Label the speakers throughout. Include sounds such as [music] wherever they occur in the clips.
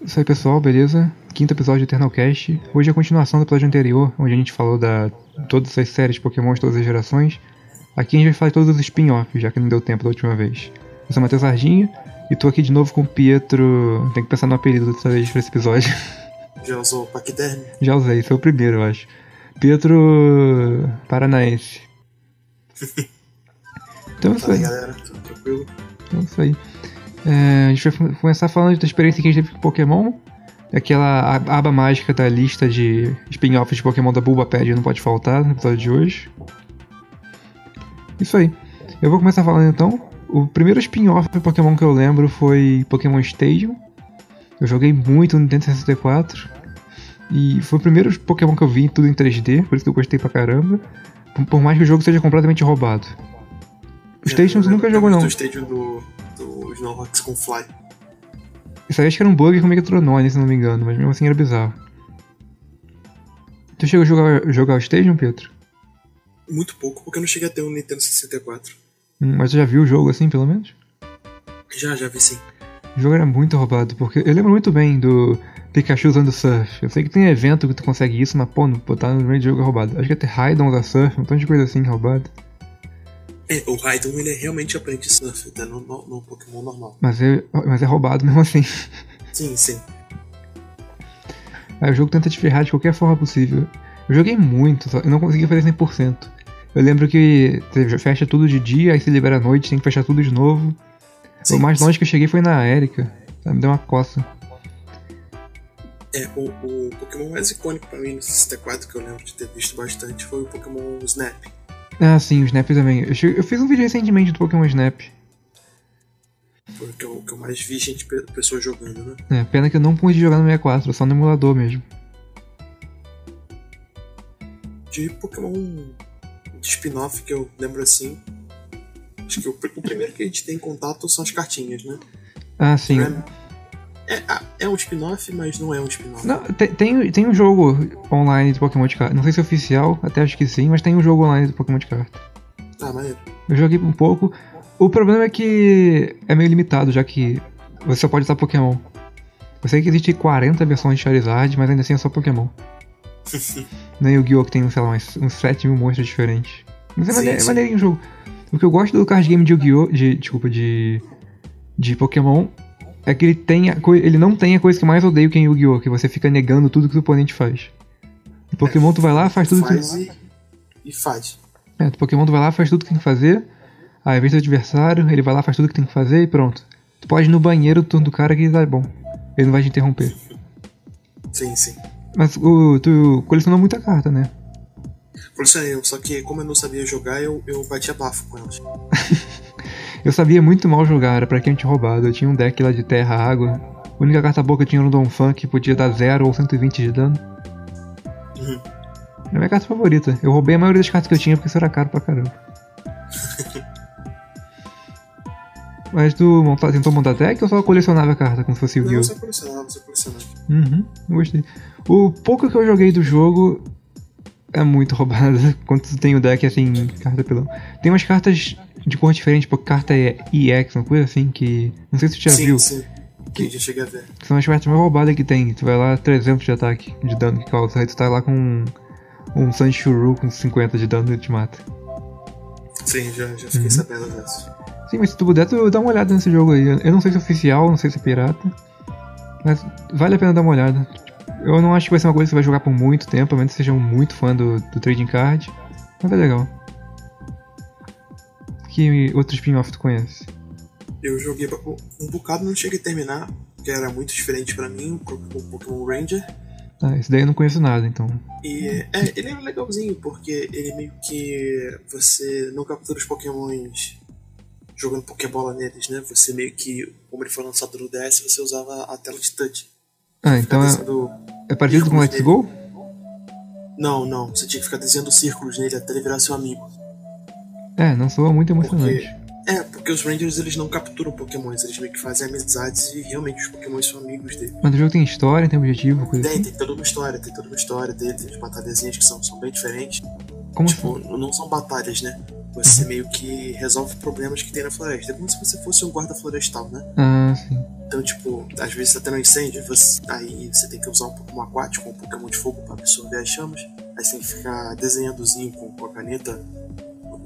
Speaker 1: Isso aí pessoal, beleza? Quinto episódio do Eternal Cast. Hoje é a continuação do episódio anterior, onde a gente falou da todas essas séries Pokémon de todas as gerações. Aqui a gente vai falar de todos os spin-offs, já que não deu tempo da última vez. Eu sou o Matheus Sardinha e tô aqui de novo com o Pietro. Tem que pensar no apelido dessa vez pra esse episódio. [laughs]
Speaker 2: Já usou o Paquiderme?
Speaker 1: Já usei, foi o primeiro, eu acho. Pietro Paranaense. Então é isso
Speaker 2: Fala tá aí,
Speaker 1: aí.
Speaker 2: galera. Tudo tranquilo?
Speaker 1: Então é isso aí. É, a gente vai f- começar falando da experiência que a gente teve com Pokémon. Aquela a- aba mágica da lista de spin-offs de Pokémon da Bulbapad não pode faltar no episódio de hoje. Isso aí. Eu vou começar falando então. O primeiro spin-off de Pokémon que eu lembro foi Pokémon Stadium. Eu joguei muito no Nintendo 64. E foi o primeiro Pokémon que eu vi tudo em 3D, por isso que eu gostei pra caramba. Por- Por mais que o jogo seja completamente roubado. O Stadium você
Speaker 2: É, Eu
Speaker 1: nunca
Speaker 2: lembro
Speaker 1: jogou
Speaker 2: muito
Speaker 1: não.
Speaker 2: Do Stadium do, do Snorlax com Fly.
Speaker 1: Isso aí acho que era um bug com o Megatronone, se não me engano, mas mesmo assim era bizarro. Tu chegou a jogar, jogar o Stadium, Pietro?
Speaker 2: Muito pouco, porque eu não cheguei a ter um Nintendo 64.
Speaker 1: Hum, Mas tu já viu o jogo assim, pelo menos?
Speaker 2: Já, já vi sim.
Speaker 1: O jogo era muito roubado, porque eu lembro muito bem do Pikachu usando surf. Eu sei que tem evento que tu consegue isso, mas pô, não botar no meio do jogo é roubado. Acho que até Raidon usa surf, um tanto de coisa assim roubada.
Speaker 2: É, o Raidon, ele realmente aprende surf, tá? até no, no- no Pokémon normal.
Speaker 1: Mas é, mas é roubado mesmo [laughs] assim.
Speaker 2: Sim, sim.
Speaker 1: Aí o jogo tenta te ferrar de qualquer forma possível. Eu joguei muito, só eu não consegui fazer 100%. Eu lembro que você fecha tudo de dia, aí se libera à noite, tem que fechar tudo de novo.
Speaker 2: sim
Speaker 1: o mais longe que eu cheguei foi na Erika. Tá, Me deu uma coça.
Speaker 2: É, o, o Pokémon mais icônico pra mim no 64, que eu lembro de ter visto bastante, foi o Pokémon Snap.
Speaker 1: Ah, sim, o Snap também. Eu, che- eu fiz um vídeo recentemente do Pokémon Snap.
Speaker 2: Foi o que eu, que eu mais vi gente, pe- pessoas jogando, né?
Speaker 1: É, pena que eu não pude jogar no 64, só no emulador mesmo.
Speaker 2: De Pokémon de spin-off que eu lembro assim. Acho que o, pr- o primeiro que a gente tem contato são as cartinhas, né?
Speaker 1: Ah, sim.
Speaker 2: Não É, é, ah, é um spin-off, mas não é um spin-off.
Speaker 1: Não, te- tem, tem um jogo online do Pokémon de carta. Não sei se é oficial, até acho que sim, mas tem um jogo online do Pokémon de carta.
Speaker 2: Tá, mas
Speaker 1: Eu joguei um pouco. O problema é que é meio limitado, já que você só pode usar Pokémon. Eu sei que existe 40 versões de Charizard, mas ainda assim é só
Speaker 2: [laughs]
Speaker 1: Pokémon. Nem o Guiô que tem, sei lá, uns, uns 7 mil monstros diferentes. Mas é,
Speaker 2: Sim,
Speaker 1: mane é
Speaker 2: sim.
Speaker 1: maneirinho o jogo. O que eu gosto do card game de Yu-Gi-Oh! De, desculpa, de. De Pokémon. É que ele tem a coi- ele não tem a coisa que eu mais odeio que é em Yu-Gi-Oh! Que você fica negando tudo que o oponente faz. Em Pokémon tu vai lá, faz tudo que.
Speaker 2: faz e, e faz.
Speaker 1: É, o Pokémon tu vai lá, faz tudo que tem que fazer. Aí vem teu adversário, ele vai lá, faz tudo que tem que fazer e pronto. Tu pode ir no banheiro do turno do cara que tá bom. Ele não vai te interromper.
Speaker 2: Sim, sim.
Speaker 1: Mas o, tu colecionou muita carta, né?
Speaker 2: Colecionei, um, só que como eu não sabia jogar, eu, eu batia bafo com elas.
Speaker 1: Eu sabia muito mal jogar, era pra quem tinha roubado. Eu tinha um deck lá de terra, água. A única carta boa que eu tinha era um Donphan que podia dar 0 ou 120 de dano.
Speaker 2: Uhum.
Speaker 1: Era a minha carta favorita. Eu roubei a maioria das cartas que eu tinha porque isso era caro pra
Speaker 2: [laughs]
Speaker 1: caramba. Mas tu monta- tentou montar deck ou só colecionava a carta como se fosse o
Speaker 2: Não,
Speaker 1: Guild?
Speaker 2: você colecionava, você colecionava.
Speaker 1: Uhum, gostei. O pouco que eu joguei do jogo é muito [laughs] roubado. Quando tu tem o deck assim, carta pelão. Tem umas cartas de cor diferente, tipo carta é EX, uma coisa assim que. Não sei se tu já
Speaker 2: sim,
Speaker 1: viu.
Speaker 2: sim. Que já cheguei a ver.
Speaker 1: Que são as cartas mais roubadas que tem. Tu vai lá 300 de ataque de dano que causa. Aí tu tá lá com um, um Sanchuru com 50 de dano e te mata.
Speaker 2: Sim, já, já
Speaker 1: Uhum.
Speaker 2: fiquei sabendo dessas.
Speaker 1: Sim, mas se tu puder, tu dá uma olhada nesse jogo aí. Eu não sei se é oficial, não sei se é pirata. Mas vale a pena dar uma olhada. Eu não acho que vai ser uma coisa que você vai jogar por muito tempo, a menos que seja um muito fã do, do Trading Card. Mas é legal. Que outro spin-off tu conhece?
Speaker 2: Eu joguei ba- um bocado, não cheguei a terminar, que era muito diferente pra mim, o Pokémon- Pokémon Ranger.
Speaker 1: Ah, esse daí eu não conheço nada, então.
Speaker 2: E é, ele era legalzinho, porque ele meio que. Você não captura os pokémons jogando Pokébola neles, né? Você meio que, como ele foi lançado no DS, você usava a tela de touch.
Speaker 1: Ah, então
Speaker 2: Ficar
Speaker 1: é,
Speaker 2: desenhando-
Speaker 1: é parecido com Let's Go?
Speaker 2: Não, não. Você tinha que ficar desenhando círculos nele até ele virar seu amigo.
Speaker 1: É, não soa muito emocionante.
Speaker 2: É, porque os Rangers eles não capturam pokémons, eles meio que fazem amizades e realmente os pokémons são amigos dele.
Speaker 1: Mas o jogo tem história, tem objetivo, coisa
Speaker 2: Tem,
Speaker 1: assim.
Speaker 2: tem toda uma história, tem toda uma história dele, tem as batalhazinhas que Tipo, são, são bem diferentes.
Speaker 1: Como assim? Uhum.
Speaker 2: Tipo, não são batalhas, né? Você meio que resolve problemas que tem na floresta. É como se você fosse um guarda florestal, né?
Speaker 1: Ah, sim.
Speaker 2: Então, tipo, às vezes até no incêndio, você, aí você tem que usar um Pokémon aquático, um Pokémon de fogo pra absorver as chamas. Aí você tem que ficar desenhandozinho com, com a caneta,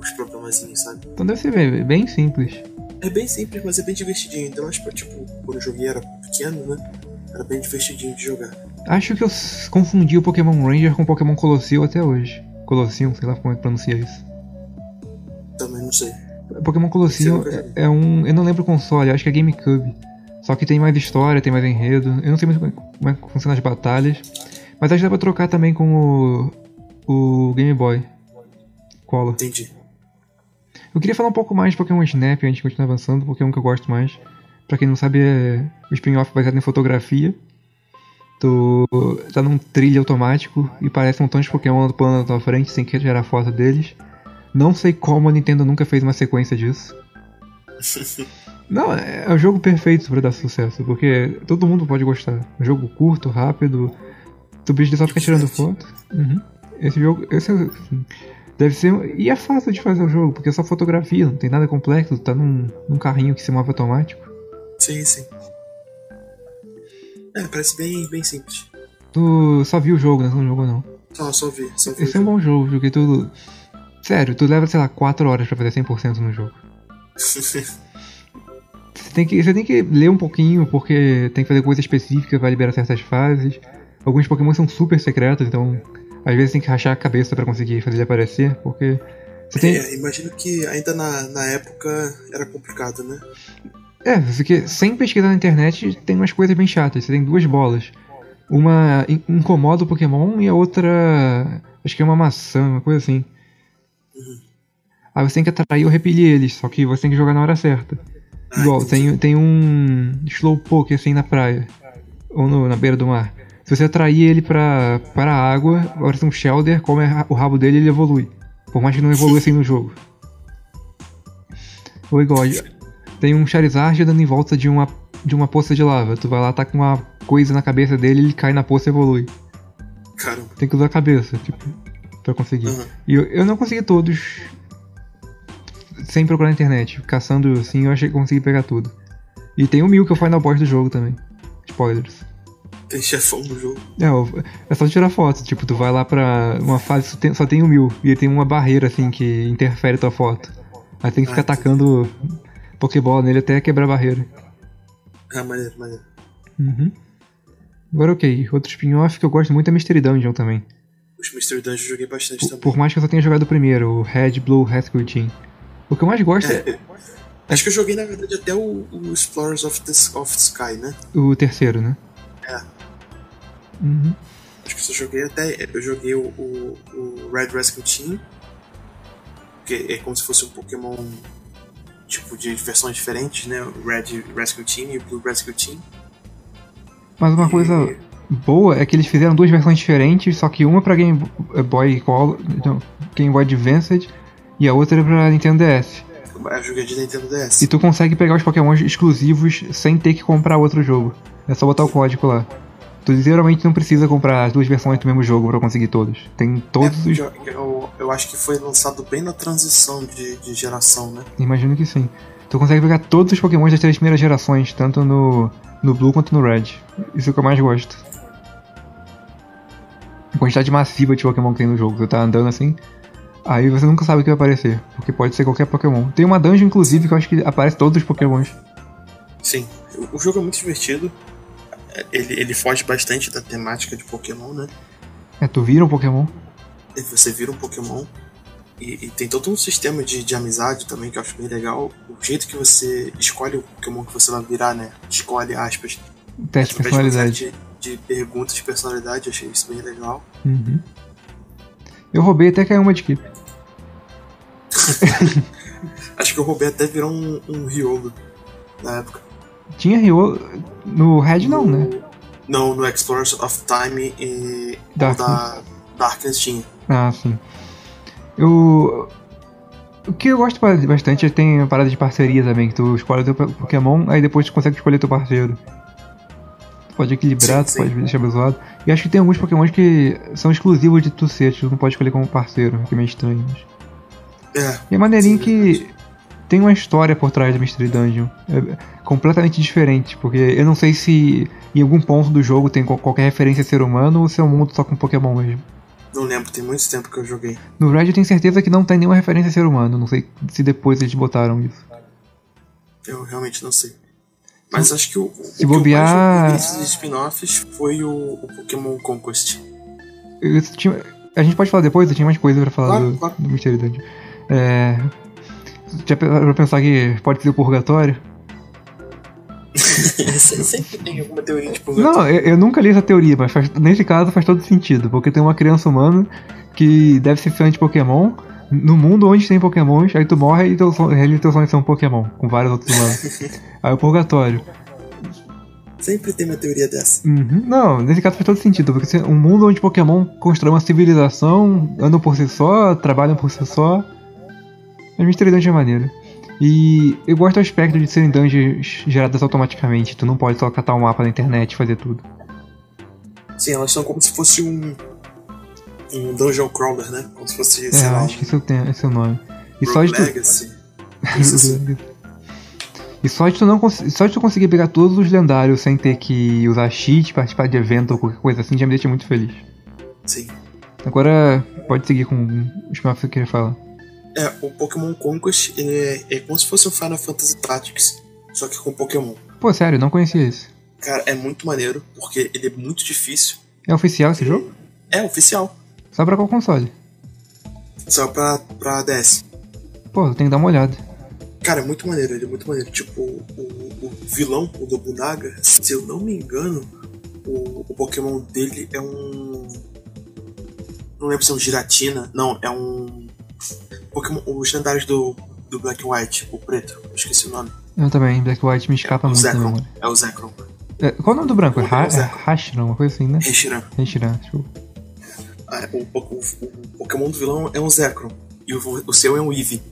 Speaker 2: os programazinhos, sabe?
Speaker 1: Então deve ser bem, bem simples.
Speaker 2: É bem simples, mas é bem divertidinho. Então, acho que, tipo, quando eu joguei era pequeno, né? Era bem divertidinho de jogar.
Speaker 1: Acho que eu s- confundi o Pokémon Ranger com o Pokémon Colosseo até hoje. Colosseo, sei lá como é que pronuncia isso.
Speaker 2: Também não sei.
Speaker 1: Pokémon Colosseo
Speaker 2: Esse eu nunca
Speaker 1: é, é um. Eu não lembro o console, acho que é GameCube. Só que tem mais história, tem mais enredo. Eu não sei muito como é- como é que funciona as batalhas. Mas acho que dá pra trocar também com o. o Game Boy. Cola.
Speaker 2: Entendi.
Speaker 1: Eu queria falar um pouco mais de Pokémon Snap antes de continuar avançando, porque é um que eu gosto mais. Pra quem não sabe, é o spin-off baseado em fotografia. Tu tá num trilho automático e parece um tanto de Pokémon pulando na tua frente sem querer tirar foto deles. Não sei como a Nintendo nunca fez uma sequência disso. Não, é é o jogo perfeito pra dar sucesso, porque todo mundo pode gostar. Um jogo curto, rápido, tu precisa só ficar tirando foto. Uhum. Esse jogo, esse é- deve ser. um- E é fácil de fazer o jogo, porque é só fotografia, não tem nada complexo, tá num, num carrinho que se move automático.
Speaker 2: sim, sim. É, parece bem, bem simples.
Speaker 1: Tu só viu o jogo, né? Tu não jogou não.
Speaker 2: Só, só vi, só vi.
Speaker 1: Esse é um bom jogo, porque tu. Sério, tu leva, sei lá, 4 horas pra fazer 100% no jogo.
Speaker 2: [laughs]
Speaker 1: Você tem, que, você tem que ler um pouquinho, porque tem que fazer coisa específica pra liberar certas fases. Alguns Pokémon são super secretos, então às vezes tem que rachar a cabeça pra conseguir fazer ele aparecer, porque. Você tem.
Speaker 2: É, imagino que ainda na, na época era complicado, né?
Speaker 1: É, porque sem pesquisar na internet tem umas coisas bem chatas. Você tem duas bolas. Uma in- incomoda o Pokémon e a outra. Acho que é uma maçã, uma coisa assim. Aí você tem que atrair ou repelir eles, só que você tem que jogar na hora certa.
Speaker 2: Ah,
Speaker 1: Igual,
Speaker 2: entendi.
Speaker 1: tem, tem um Slowpoke assim na praia. Ou no- na beira do mar. Se você atrair ele pra, para a água, aparece um Shelder, come a- o rabo dele ele evolui. Por mais que não evolua
Speaker 2: [laughs]
Speaker 1: assim no jogo. Ou igual, tem um Charizard dando em volta de uma, de uma poça de lava. Tu vai lá, tá com uma coisa na cabeça dele, ele cai na poça e evolui.
Speaker 2: Caramba.
Speaker 1: Tem que usar a cabeça, tipo, pra conseguir.
Speaker 2: Aham.
Speaker 1: E eu, eu não consegui todos sem procurar na internet. Caçando assim, eu achei que consegui pegar tudo. E tem o Mil que é o final boss do jogo também. Spoilers.
Speaker 2: Tem chefão no jogo.
Speaker 1: É, o- é só tirar foto. Tipo, tu vai lá pra uma fase, só tem, só tem o Mil. E tem uma barreira assim que interfere tua foto. Aí tem que ficar
Speaker 2: Ah, entendi.
Speaker 1: atacando Pokébola nele até quebrar a barreira.
Speaker 2: Ah, maneiro, maneiro.
Speaker 1: Uhum. Agora, ok. Outro spin-off que eu gosto muito é Mystery Dungeon também.
Speaker 2: Os Mr. Dungeon eu joguei bastante
Speaker 1: Por,
Speaker 2: também.
Speaker 1: por mais que eu só tenha jogado o primeiro, o Red Blue Rescue Team. O que eu mais gosto é,
Speaker 2: É, eu- acho que eu joguei, na verdade, até o, o Explorers of the, of the Sky, né?
Speaker 1: o terceiro, né?
Speaker 2: É.
Speaker 1: Uhum.
Speaker 2: Acho que eu só joguei até. Eu joguei o, o, o Red Rescue Team. Que é como se fosse um Pokémon. Tipo, de versões diferentes, né? O Red Rescue Team e o Blue Rescue Team.
Speaker 1: Mas uma coisa
Speaker 2: E-
Speaker 1: boa é que eles fizeram duas versões diferentes, só que uma é pra Game Boy Color, então, Game Boy Advanced e a outra é pra Nintendo DS.
Speaker 2: Eu joguei de Nintendo DS.
Speaker 1: E tu consegue pegar os Pokémons exclusivos sem ter que comprar outro jogo. É só botar o código lá. Tu geralmente não precisa comprar as duas versões do mesmo jogo pra conseguir todos. Tem
Speaker 2: É,
Speaker 1: todos os.
Speaker 2: eu, eu, eu acho que foi lançado bem na transição de, de geração, né?
Speaker 1: Imagino que sim. Tu consegue pegar todos os Pokémons das três primeiras gerações, tanto no, no Blue quanto no Red. Isso é o que eu mais gosto. A quantidade massiva de Pokémon que tem no jogo. Tu tá andando assim, aí você nunca sabe o que vai aparecer, porque pode ser qualquer Pokémon. Tem uma dungeon, inclusive, que eu acho que aparece todos os Pokémons.
Speaker 2: Sim, o- o jogo é muito divertido. É, Ele, ele foge bastante da temática de Pokémon, né?
Speaker 1: É, tu vira um Pokémon.
Speaker 2: E Você vira um Pokémon. E, e tem todo um sistema de, de amizade também que eu acho bem legal. O jeito que você escolhe o Pokémon que você vai virar, né? Escolhe, aspas.
Speaker 1: Teste de
Speaker 2: através de uma série
Speaker 1: personalidade.
Speaker 2: De, de perguntas de personalidade, eu achei isso bem legal.
Speaker 1: Uhum. Eu roubei até caiu uma de equipe.
Speaker 2: Acho que eu roubei até virar um, um Riolo na época.
Speaker 1: Tinha Rio no Red não, né?
Speaker 2: Não, no Explorers of Time e.
Speaker 1: Dark.
Speaker 2: Da Darkness tinha.
Speaker 1: Ah, sim. Eu. O que eu gosto ba- bastante é que tem a parada de parceria também, que tu escolhe o teu po- Pokémon, aí depois tu consegue escolher teu parceiro. Tu pode equilibrar,
Speaker 2: Sim,
Speaker 1: tu
Speaker 2: sim.
Speaker 1: pode deixar abençoado. E acho que tem alguns Pokémons que são exclusivos de tu ser, tu não pode escolher como parceiro, que é meio estranho. Mas...
Speaker 2: É.
Speaker 1: E é maneirinho
Speaker 2: Sim,
Speaker 1: que tem uma história por trás do Mystery Dungeon. É completamente diferente, porque eu não sei se em algum ponto do jogo tem qual- qualquer referência a ser humano ou se é um mundo só com Pokémon mesmo.
Speaker 2: Não lembro, tem muito tempo que eu joguei.
Speaker 1: No Red eu tenho certeza que não tem nenhuma referência a ser humano, não sei se depois eles botaram isso.
Speaker 2: Eu realmente não sei. Mas acho que o, o que
Speaker 1: bobear-
Speaker 2: eu mais joguei desses spin-offs foi o, o Pokémon [laughs] Conquest.
Speaker 1: Eu tinha- a gente pode falar depois, eu tinha mais coisa pra falar
Speaker 2: Claro,
Speaker 1: do,
Speaker 2: claro.
Speaker 1: do Mystery Dungeon. É, já pe- pra pensar que pode ser o purgatório?
Speaker 2: Sempre tem alguma teoria tipo, de purgatório.
Speaker 1: Não, eu, eu nunca li essa teoria, mas faz- nesse caso faz todo sentido, porque tem uma criança humana que deve ser fã de Pokémon no mundo onde tem Pokémons, aí tu morre e teu sonho, e teu sonho é ser um Pokémon, com vários outros humanos.
Speaker 2: [laughs]
Speaker 1: aí o purgatório.
Speaker 2: Sempre tem uma teoria dessa.
Speaker 1: Uhum. Não, nesse caso faz todo sentido, porque se- um mundo onde Pokémon constrói uma civilização, andam por si só, trabalham por si só. É Mystery Dungeon é maneiro. E eu gosto do aspecto de serem dungeons geradas automaticamente, tu não pode só catar um mapa na internet e fazer tudo.
Speaker 2: Sim, elas são como se fosse um. Um dungeon crawler, né? Como se fosse,
Speaker 1: É,
Speaker 2: sei lá, um
Speaker 1: acho que esse é o tem- esse é o nome. E só de
Speaker 2: Rogue
Speaker 1: tu... [laughs]
Speaker 2: Legacy. Isso, assim.
Speaker 1: E só de tu não cons- só de tu conseguir pegar todos os lendários sem ter que usar cheat, participar de evento ou qualquer coisa assim, já me deixa muito feliz.
Speaker 2: Sim.
Speaker 1: Agora pode seguir com os mapas que eu queria falar.
Speaker 2: É, o Pokémon Conquest ele é, é como se fosse um Final Fantasy Tactics, só que com Pokémon.
Speaker 1: Pô, sério, não conhecia esse.
Speaker 2: Cara, é muito maneiro, porque ele é muito difícil.
Speaker 1: É oficial esse jogo?
Speaker 2: É oficial,
Speaker 1: Só pra qual console?
Speaker 2: só pra, pra DS.
Speaker 1: Pô, eu tenho que dar uma olhada.
Speaker 2: Cara, é muito maneiro, ele é muito maneiro. Tipo, o, o vilão, o Dobunaga, se eu não me engano, o, o Pokémon dele é um. Não lembro se é um Giratina. Não, é um. Pokémon, os lendários do, do Black and White, o preto, eu esqueci o nome.
Speaker 1: Eu também, Black White me escapa
Speaker 2: o
Speaker 1: muito da
Speaker 2: Zekrom.
Speaker 1: memória.
Speaker 2: É o Zekrom.
Speaker 1: É, qual o nome do branco? É Ha-
Speaker 2: O Zekrom.
Speaker 1: é Hashira, uma coisa assim, né?
Speaker 2: Reshiram.
Speaker 1: Hashira, tipo.
Speaker 2: Ah, o, po- o- o Pokémon do vilão é um Zekrom. E o, vo- o seu é
Speaker 1: [laughs]
Speaker 2: um Eevee.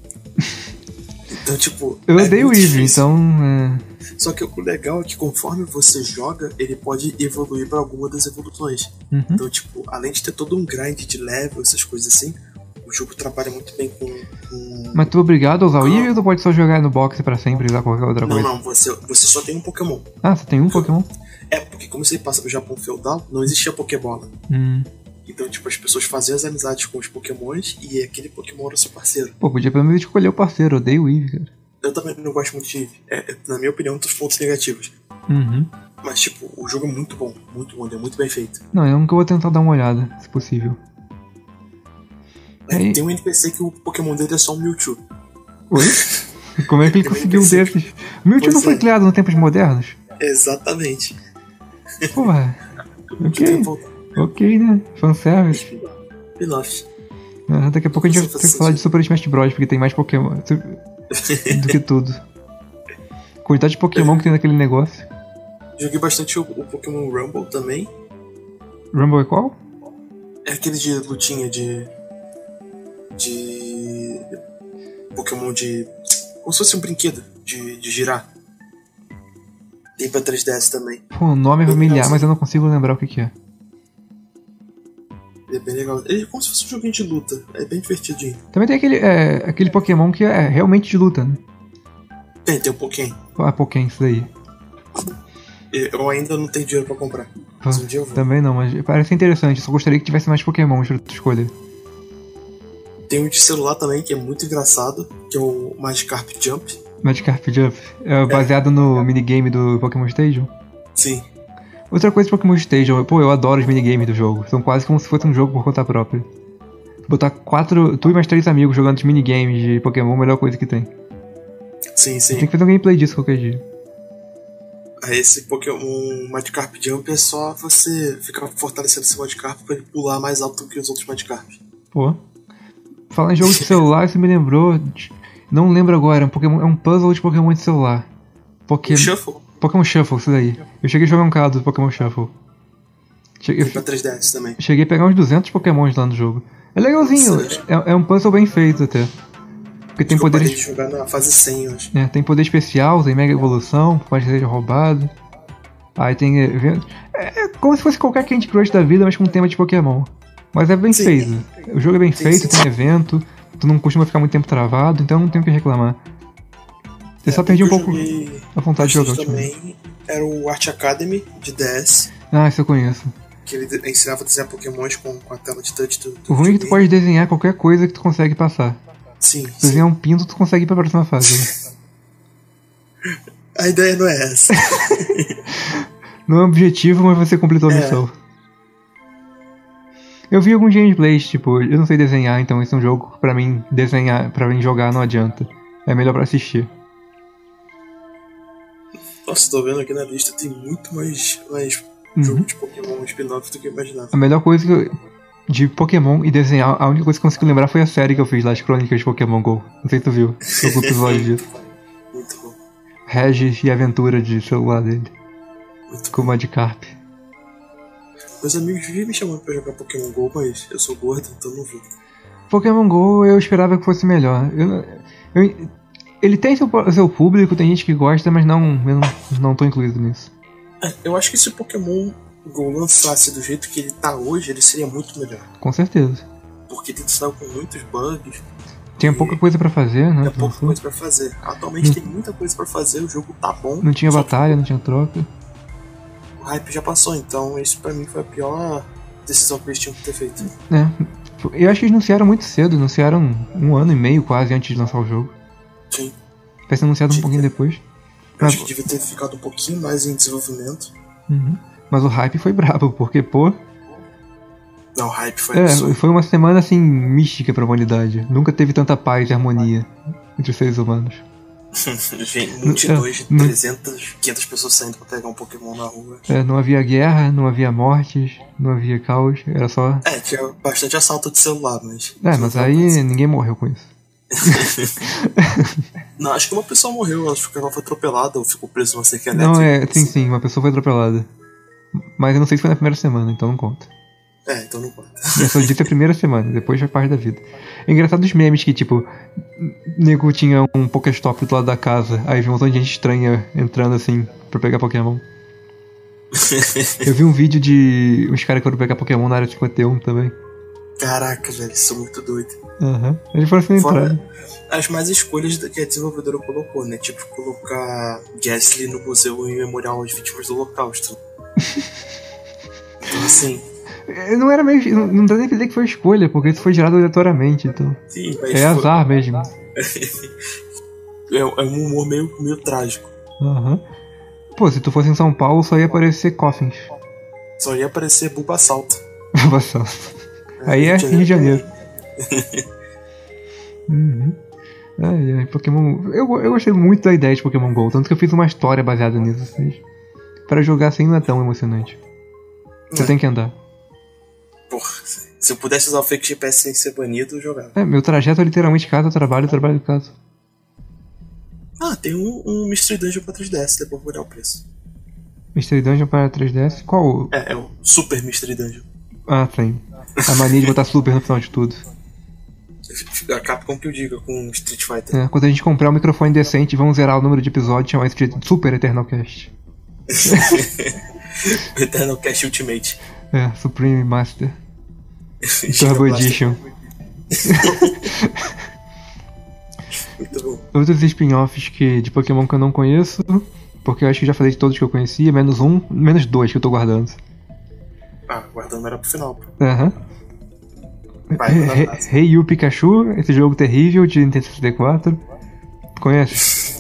Speaker 2: Então, tipo.
Speaker 1: Eu
Speaker 2: é
Speaker 1: odeio o
Speaker 2: muito
Speaker 1: Eve,
Speaker 2: difícil.
Speaker 1: então. é,
Speaker 2: Só que o legal é que conforme você joga, ele pode evoluir pra alguma das evoluções.
Speaker 1: uhum.
Speaker 2: Então, tipo, além de ter todo um grind de level, essas coisas assim, o jogo trabalha muito bem com. com-
Speaker 1: Mas tu é obrigado a usar o
Speaker 2: Não.
Speaker 1: Eevee ou tu pode só jogar no boxe pra sempre e usar qualquer outra
Speaker 2: Não,
Speaker 1: coisa?
Speaker 2: não, você, você só tem um Pokémon.
Speaker 1: Ah, só tem um Pokémon?
Speaker 2: É, porque como você passa pro Japão feudal, não existia Pokébola.
Speaker 1: Hum.
Speaker 2: Então, tipo, as pessoas faziam as amizades com os Pokémons e aquele Pokémon era seu parceiro.
Speaker 1: Pô, podia pelo menos escolher o parceiro, eu odeio o Eevee, cara.
Speaker 2: Eu também não gosto muito de. é, é, na minha opinião, um dos pontos negativos.
Speaker 1: Uhum.
Speaker 2: Mas, tipo, o jogo é muito bom, muito bom, ele é muito bem feito.
Speaker 1: Não, é um que eu vou tentar dar uma olhada, se possível.
Speaker 2: É,
Speaker 1: Aí-
Speaker 2: Tem um NPC que o Pokémon dele é só um Mewtwo. [laughs]
Speaker 1: Oi? Como é que ele
Speaker 2: Eu nem
Speaker 1: conseguiu um
Speaker 2: pensei.
Speaker 1: desses? O Mewtwo não
Speaker 2: Pois
Speaker 1: foi
Speaker 2: é.
Speaker 1: criado nos tempos
Speaker 2: [laughs]
Speaker 1: modernos?
Speaker 2: Exatamente.
Speaker 1: Porra. Ok, ok, né? Fanservice.
Speaker 2: Spin-off.
Speaker 1: Ah, Daqui a pouco a gente vai ter que falar de Super Smash Bros. Porque tem mais Pokémon do que tudo. Quantidade de Pokémon que tem naquele negócio.
Speaker 2: Joguei bastante o, o Pokémon Rumble também.
Speaker 1: Rumble é qual?
Speaker 2: É aquele de lutinha de. De. Pokémon de. Como se fosse um brinquedo de, de girar. Tem pra 3DS também.
Speaker 1: Pô, o nome é familiar, mas eu não consigo lembrar o que que é.
Speaker 2: Ele é bem legal. Ele é como se fosse um joguinho de luta. É bem divertidinho.
Speaker 1: Também tem aquele, é, aquele Pokémon que é realmente de luta, né?
Speaker 2: Tem, tem um Pokémon.
Speaker 1: Ah, Pokémon, isso daí.
Speaker 2: Eu ainda não tenho dinheiro pra comprar. Mas um dia eu vou.
Speaker 1: Também não, mas parece interessante. Só gostaria que tivesse mais Pokémon pra tu escolher.
Speaker 2: Tem um de celular também que é muito engraçado. Que é o Magikarp Jump.
Speaker 1: Magikarp Jump. É baseado no minigame do Pokémon Stadium.
Speaker 2: Sim.
Speaker 1: Outra coisa de Pokémon Stadium, pô, eu adoro os minigames do jogo. São quase como se fosse um jogo por conta própria. Botar quatro, tu e mais três amigos jogando os minigames de Pokémon, a melhor coisa que tem.
Speaker 2: Sim, sim.
Speaker 1: Tem que fazer um gameplay disso qualquer dia.
Speaker 2: Aí esse Pokémon um Magikarp Jump é só você ficar fortalecendo seu Magikarp pra ele pular mais alto do que os outros Magikarp.
Speaker 1: Pô. Falar em jogo de celular, isso me lembrou. de- Não lembro agora, é um, Pokémon, é um puzzle de Pokémon de celular.
Speaker 2: O
Speaker 1: Pokémon.
Speaker 2: Shuffle
Speaker 1: Pokémon Shuffle, isso daí. Eu cheguei a jogar um cara do Pokémon Shuffle. Cheguei,
Speaker 2: tem pra 3DS também.
Speaker 1: Cheguei a pegar uns 200 pokémons lá no jogo. É legalzinho,
Speaker 2: Sério?
Speaker 1: é, é um puzzle bem feito até. Porque tem
Speaker 2: Acho que eu parei
Speaker 1: poderes
Speaker 2: de jogar na fase 100, eu acho.
Speaker 1: né, tem poder especial, tem mega evolução, por mais que seja roubado. Aí tem eventos. É é como se fosse qualquer Candy Crush da vida, mas com um tema de Pokémon. Mas é bem
Speaker 2: Sim.
Speaker 1: feito. O jogo é bem
Speaker 2: Sim,
Speaker 1: feito,
Speaker 2: sim.
Speaker 1: tem evento, tu não costuma ficar muito tempo travado, então não tem o que reclamar. Eu
Speaker 2: É,
Speaker 1: só perdi um
Speaker 2: eu
Speaker 1: pouco Tá,
Speaker 2: joguei
Speaker 1: a vontade de jogar.
Speaker 2: bastante
Speaker 1: ultimamente.
Speaker 2: também era o Art Academy de DS,
Speaker 1: Ah, isso eu conheço.
Speaker 2: que ele de- ensinava a desenhar pokémons com, com a tela de touch do, do
Speaker 1: O ruim é que tu
Speaker 2: videogame.
Speaker 1: pode desenhar qualquer coisa que tu consegue passar.
Speaker 2: Sim,
Speaker 1: Se tu
Speaker 2: sim.
Speaker 1: desenhar um pinto, tu consegue ir pra próxima fase. né?
Speaker 2: A ideia não é essa.
Speaker 1: né? Não é objetivo, mas você completou a
Speaker 2: É.
Speaker 1: missão. Eu vi alguns gameplays, tipo, eu não sei desenhar, então esse é um jogo que pra mim desenhar, pra mim jogar não adianta. É melhor pra assistir.
Speaker 2: Nossa, tô vendo aqui na lista tem muito mais, mais
Speaker 1: Uhum.
Speaker 2: jogo de Pokémon spin-off do que eu imaginava.
Speaker 1: A melhor coisa que eu, de Pokémon e desenhar, a única coisa que eu consigo lembrar foi a série que eu fiz lá, as crônicas de Pokémon GO. Não sei se tu viu algum episódio disso.
Speaker 2: É Muito bom,
Speaker 1: Regis e a aventura de celular dele,
Speaker 2: muito bom.
Speaker 1: com o Magikarp.
Speaker 2: Meus amigos vivem me chamando pra jogar Pokémon GO, mas eu sou gordo, então não vou.
Speaker 1: Pokémon GO eu esperava que fosse melhor. Eu- eu- ele tem seu, seu público, tem gente que gosta, mas não, eu não, não tô incluído nisso.
Speaker 2: É, Eu acho que se o Pokémon GO lançasse do jeito que ele tá hoje, ele seria muito melhor.
Speaker 1: Com certeza.
Speaker 2: Porque ele saiu com muitos bugs,
Speaker 1: Tinha pouca coisa pra fazer, né?
Speaker 2: tinha pouca
Speaker 1: Não,
Speaker 2: coisa pra fazer. Atualmente tem muita coisa pra fazer, o jogo tá bom.
Speaker 1: não tinha
Speaker 2: só
Speaker 1: batalha, não tinha troca.
Speaker 2: que O hype já passou, então isso pra mim foi a pior decisão que eles tinham que ter feito.
Speaker 1: né? Eu acho que eles anunciaram muito cedo, anunciaram um ano e meio quase antes de lançar o jogo.
Speaker 2: Sim.
Speaker 1: Vai ser anunciado um
Speaker 2: Sim.
Speaker 1: pouquinho depois.
Speaker 2: Eu
Speaker 1: Mas,
Speaker 2: acho que devia ter ficado um pouquinho mais em desenvolvimento.
Speaker 1: Uhum. Mas o hype foi [laughs] brabo, porque, pô,
Speaker 2: Não, o hype foi
Speaker 1: é,
Speaker 2: absurdo.
Speaker 1: foi uma semana assim mística pra humanidade. Nunca teve tanta paz e harmonia entre os seres humanos.
Speaker 2: [laughs] Gente, multidões de
Speaker 1: não-
Speaker 2: 300, 500 pessoas saindo pra pegar um Pokémon na rua.
Speaker 1: É, não havia guerra, não havia mortes, não havia caos, era só.
Speaker 2: É, tinha bastante assalto de celular, mas.
Speaker 1: É, mas [laughs] aí ninguém morreu com isso.
Speaker 2: Não, acho que uma pessoa morreu, acho que ela foi atropelada ou ficou presa numa cerca
Speaker 1: Não,
Speaker 2: elétrica.
Speaker 1: é. Sim, sim, uma pessoa foi atropelada. Mas eu não sei se foi na primeira semana, então não conta.
Speaker 2: É, então não conta.
Speaker 1: Eu só disse a primeira semana, depois foi parte da vida. É engraçado os memes que, tipo, nego tinha um Pokéstop do lado da casa, aí vi um montão de gente estranha entrando assim pra pegar Pokémon. Eu vi um vídeo de uns caras que foram pegar Pokémon na área 51 também.
Speaker 2: [laughs] Caraca, velho, isso é muito doido.
Speaker 1: Aham. Eles foram assim
Speaker 2: Fora-
Speaker 1: entrar.
Speaker 2: As mais escolhas que a desenvolvedora colocou, né? Tipo, colocar Gasly no museu em memorial às vítimas do
Speaker 1: [laughs]
Speaker 2: Holocausto. então, assim,
Speaker 1: É, Não era meio. Não, não dá nem pra dizer que foi escolha, porque isso foi gerado aleatoriamente, então.
Speaker 2: sim, mas
Speaker 1: É
Speaker 2: foi-
Speaker 1: azar mesmo.
Speaker 2: é, é um humor meio, meio trágico.
Speaker 1: Aham. Pô, se tu fosse em São Paulo, só ia aparecer coffins. [laughs]
Speaker 2: Só ia aparecer Bulbasalto.
Speaker 1: Salvação. Aí é Rio de Janeiro. [laughs] Uhum. Ai, ai, Pokémon. Eu, go- eu gostei muito da ideia de Pokémon GO, tanto que eu fiz uma história baseada nisso. Mas para jogar assim não é tão emocionante. Você
Speaker 2: É.
Speaker 1: tem que andar.
Speaker 2: Porra, se eu pudesse usar o fake GPS sem ser banido, eu jogava.
Speaker 1: É, meu trajeto é literalmente casa, trabalho, trabalho, casa.
Speaker 2: Ah, tem um, um Mystery Dungeon pra 3DS, depois vou olhar o preço.
Speaker 1: Mystery Dungeon para 3DS. Qual? o-
Speaker 2: É, é o Super Mystery Dungeon.
Speaker 1: Ah, tem. A mania de botar super no final de tudo.
Speaker 2: A Capcom que eu diga com um Street Fighter.
Speaker 1: É, quando a gente comprar um microfone decente, vamos zerar o número de episódios e chamar isso de Super Eternal Cast.
Speaker 2: Eternal Cast Ultimate.
Speaker 1: É, Supreme Master.
Speaker 2: Giga
Speaker 1: [laughs] Turbo
Speaker 2: Blaster.
Speaker 1: Edition.
Speaker 2: Muito bom.
Speaker 1: Outros spin-offs que, de Pokémon que eu não conheço, porque eu acho que já falei de todos que eu conhecia, menos um, menos dois que eu tô guardando.
Speaker 2: Ah, guardando era pro final. pô.
Speaker 1: Aham.
Speaker 2: Vai,
Speaker 1: Re-
Speaker 2: vai,
Speaker 1: Re- [laughs]
Speaker 2: vai.
Speaker 1: Rei Yu Pikachu, esse jogo terrível de Nintendo 64. Conhece?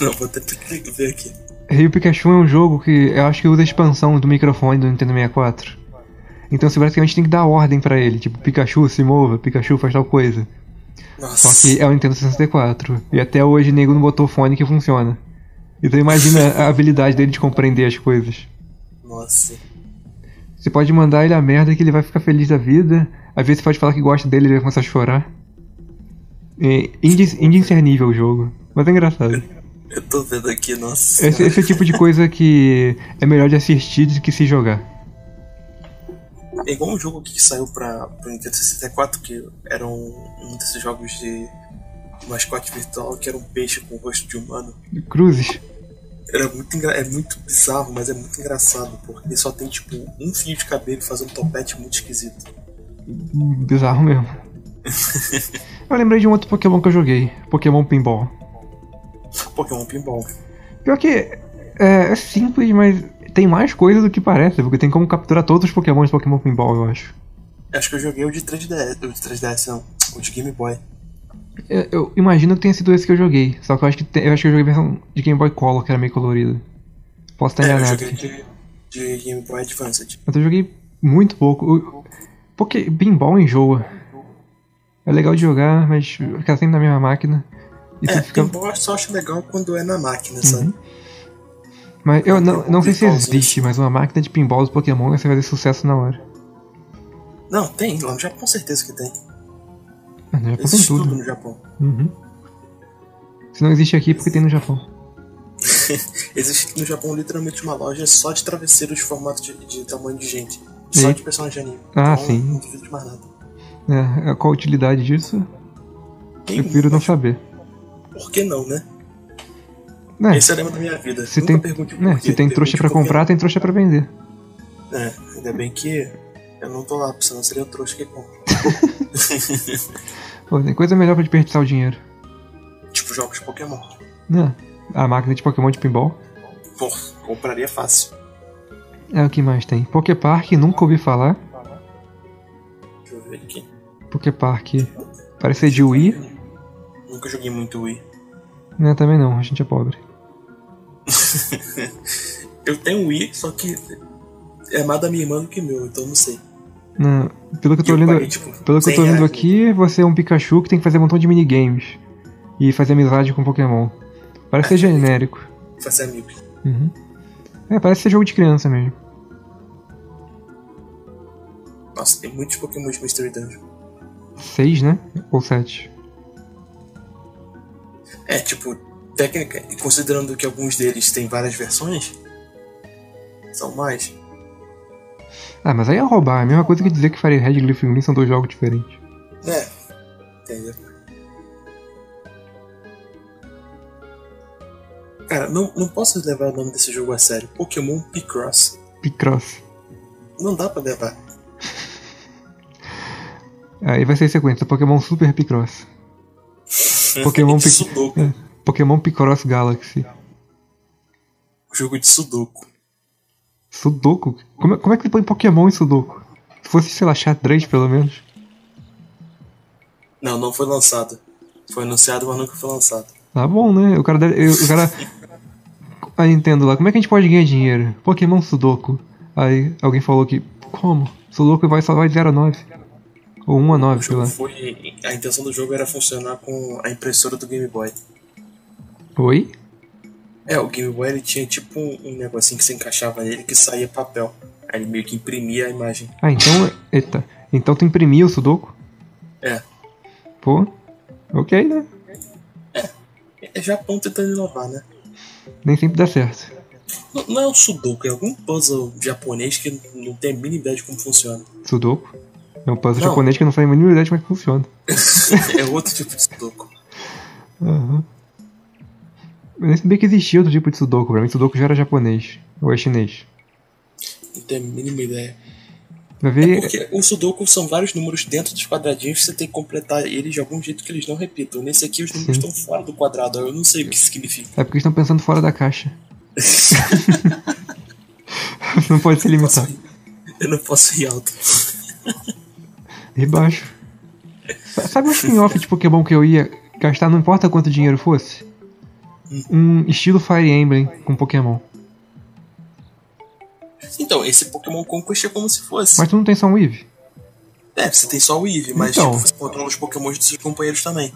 Speaker 2: Não, vou ter que ver aqui.
Speaker 1: Rei Yu Pikachu é um jogo que eu acho que usa a expansão do microfone do Nintendo 64. Então você basicamente tem que dar ordem pra ele, tipo, Pikachu se mova, Pikachu faz tal coisa.
Speaker 2: Nossa.
Speaker 1: Só que é o Nintendo 64. E até hoje o nego não botou fone que funciona. Então imagina a habilidade dele de compreender as coisas.
Speaker 2: Nossa.
Speaker 1: Você pode mandar ele a merda que ele vai ficar feliz da vida. Às vezes você pode falar que gosta dele e ele vai começar a chorar. É indis- indiscernível o jogo. Mas é engraçado.
Speaker 2: Eu tô vendo aqui, nossa.
Speaker 1: Esse, esse é o tipo de coisa que é melhor de assistir do que se jogar.
Speaker 2: É igual um jogo que saiu pra, pro Nintendo 64, que era um, um desses jogos de mascote virtual, que era um peixe com rosto de humano.
Speaker 1: Cruzes.
Speaker 2: Era muito, engra- é muito bizarro, mas é muito engraçado, porque ele só tem, tipo, um fio de cabelo e faz um topete muito esquisito.
Speaker 1: Bizarro mesmo. Eu lembrei de um outro Pokémon que eu joguei, Pokémon Pinball.
Speaker 2: Pokémon Pinball.
Speaker 1: Pior que é, é simples, mas tem mais coisa do que parece, porque tem como capturar todos os Pokémon de Pokémon Pinball, eu acho.
Speaker 2: Acho que eu joguei o de 3DS. O de 3DS não, o de Game Boy.
Speaker 1: Eu, eu imagino que tenha sido esse que eu joguei, só que eu acho que, te- eu acho que eu joguei a versão de Game Boy Color, que era meio colorida. Posso estar
Speaker 2: É, eu
Speaker 1: enganado.
Speaker 2: joguei de, de Game Boy Advanced.
Speaker 1: Mas eu joguei muito pouco. O- Porque pinball enjoa. É legal de jogar, mas ficar sempre na mesma máquina. E
Speaker 2: É,
Speaker 1: tu fica... Uhum.
Speaker 2: Pinball eu só acho legal quando é na máquina, sabe?
Speaker 1: Mas eu não, não sei se
Speaker 2: Pinballzinho.
Speaker 1: existe, mas uma máquina de pinball do Pokémon você vai ter sucesso na hora.
Speaker 2: Não, tem, lá no Japão com certeza que tem.
Speaker 1: Mas Ah, no Japão tem
Speaker 2: Existe tudo. né?
Speaker 1: tudo.
Speaker 2: no Japão.
Speaker 1: Uhum. Se não existe aqui, é porque tem no Japão.
Speaker 2: Existe no Japão literalmente uma loja só de travesseiros de formato de, de tamanho de gente. Só
Speaker 1: E-
Speaker 2: de personagem de anime.
Speaker 1: Ah,
Speaker 2: Então,
Speaker 1: sim.
Speaker 2: Não duvido de mais nada.
Speaker 1: É, qual a utilidade disso?
Speaker 2: Quem,
Speaker 1: Prefiro não saber.
Speaker 2: Por que não, né?
Speaker 1: Né,
Speaker 2: Esse é o lema da minha vida.
Speaker 1: se,
Speaker 2: Nunca
Speaker 1: tem,
Speaker 2: pergunte por
Speaker 1: né,
Speaker 2: quê,
Speaker 1: se tem
Speaker 2: pergunte
Speaker 1: trouxa pra
Speaker 2: por quê.
Speaker 1: comprar, tem trouxa pra vender.
Speaker 2: É, ainda bem que eu não tô lá, porque senão seria o trouxa que compra.
Speaker 1: Pô, tem coisa melhor pra desperdiçar o dinheiro.
Speaker 2: Tipo jogos de Pokémon.
Speaker 1: Né? A máquina de Pokémon de pinball.
Speaker 2: Pô, compraria fácil.
Speaker 1: É o que mais tem. Poképark, nunca ouvi falar.
Speaker 2: Deixa eu ver aqui.
Speaker 1: Poképark parece ser é de Wii.
Speaker 2: Nunca joguei muito Wii.
Speaker 1: Né, também não, a gente é pobre.
Speaker 2: Eu tenho Wii, só que é mais da minha irmã do que meu, então não sei.
Speaker 1: Né, pelo que eu tô
Speaker 2: E
Speaker 1: lendo,
Speaker 2: paguei, tipo,
Speaker 1: pelo que eu tô
Speaker 2: 100
Speaker 1: lendo
Speaker 2: reais.
Speaker 1: aqui, você é um Pikachu que tem que fazer um montão de minigames. E fazer amizade com Pokémon. Parece ser genérico.
Speaker 2: Fazer amigos.
Speaker 1: Uhum. É, parece ser jogo de criança mesmo.
Speaker 2: Nossa, tem tipo, muitos Pokémon de Mystery Dungeon.
Speaker 1: Seis, né? Ou sete.
Speaker 2: É, tipo, técnica, e considerando que alguns deles têm várias versões, são mais.
Speaker 1: Ah, mas aí é roubar. É a mesma coisa que dizer que Fire Red e Glyphon Green são dois jogos diferentes.
Speaker 2: É, entendeu? Cara, não, não posso levar o nome desse jogo a sério. Pokémon Picross.
Speaker 1: Picross.
Speaker 2: Não dá pra levar.
Speaker 1: Aí vai ser sequência. Pokémon Super Picross. Pokémon
Speaker 2: [laughs] de
Speaker 1: Pic-
Speaker 2: Sudoku.
Speaker 1: É, Pokémon Picross Galaxy.
Speaker 2: Jogo de Sudoku.
Speaker 1: Sudoku? Como, é- como é que você põe Pokémon em Sudoku? Se fosse, sei lá, xadrez, pelo menos.
Speaker 2: Não, não foi lançado. Foi anunciado, mas nunca foi lançado.
Speaker 1: Tá bom, né? O cara deve. eu- O cara. [laughs] A Nintendo lá, como é que a gente pode ganhar dinheiro? Pokémon Sudoku. Aí alguém falou que. Como? Sudoku vai só vai de 0 a 9. Ou 1 a 9,
Speaker 2: O
Speaker 1: sei
Speaker 2: jogo
Speaker 1: lá.
Speaker 2: foi. A intenção do jogo era funcionar com a impressora do Game Boy.
Speaker 1: Oi?
Speaker 2: É, o Game Boy ele tinha tipo um, um negocinho que você encaixava nele que saía papel. Aí ele meio que imprimia a imagem.
Speaker 1: Ah, então. Eita. Então tu imprimia o Sudoku?
Speaker 2: É.
Speaker 1: Pô. Ok, né?
Speaker 2: É Japão tentando inovar, né?
Speaker 1: Nem sempre dá certo.
Speaker 2: Não, não é um Sudoku, é algum puzzle japonês que não tem a mínima ideia de como funciona.
Speaker 1: Sudoku. É um puzzle
Speaker 2: Não.
Speaker 1: japonês que eu não faz a mínima ideia de como é que funciona.
Speaker 2: [laughs] é outro tipo de Sudoku.
Speaker 1: Aham. Eu nem sabia que existia outro tipo de Sudoku. Pra mim, Sudoku já era japonês. Ou é chinês.
Speaker 2: Não tem a mínima ideia.
Speaker 1: Vai ver.
Speaker 2: É Porque o Sudoku são vários números dentro dos quadradinhos, você tem que completar eles de algum jeito que eles não repitam. Nesse aqui os números
Speaker 1: Sim.
Speaker 2: estão fora do quadrado, aí eu não sei o que significa. [laughs]
Speaker 1: É porque estão pensando fora da caixa. [laughs] Não pode se limitar.
Speaker 2: Eu não posso ir alto.
Speaker 1: E baixo. Sa- Sabe um spin-off de Pokémon que eu ia gastar, não importa quanto dinheiro fosse? Um estilo Fire Emblem com Pokémon.
Speaker 2: Então, esse Pokémon Conquest é como se fosse.
Speaker 1: Mas tu não tem só um Eevee?
Speaker 2: É, você tem só o Eevee, mas
Speaker 1: Então.
Speaker 2: tipo, você controla os Pokémon dos seus companheiros também.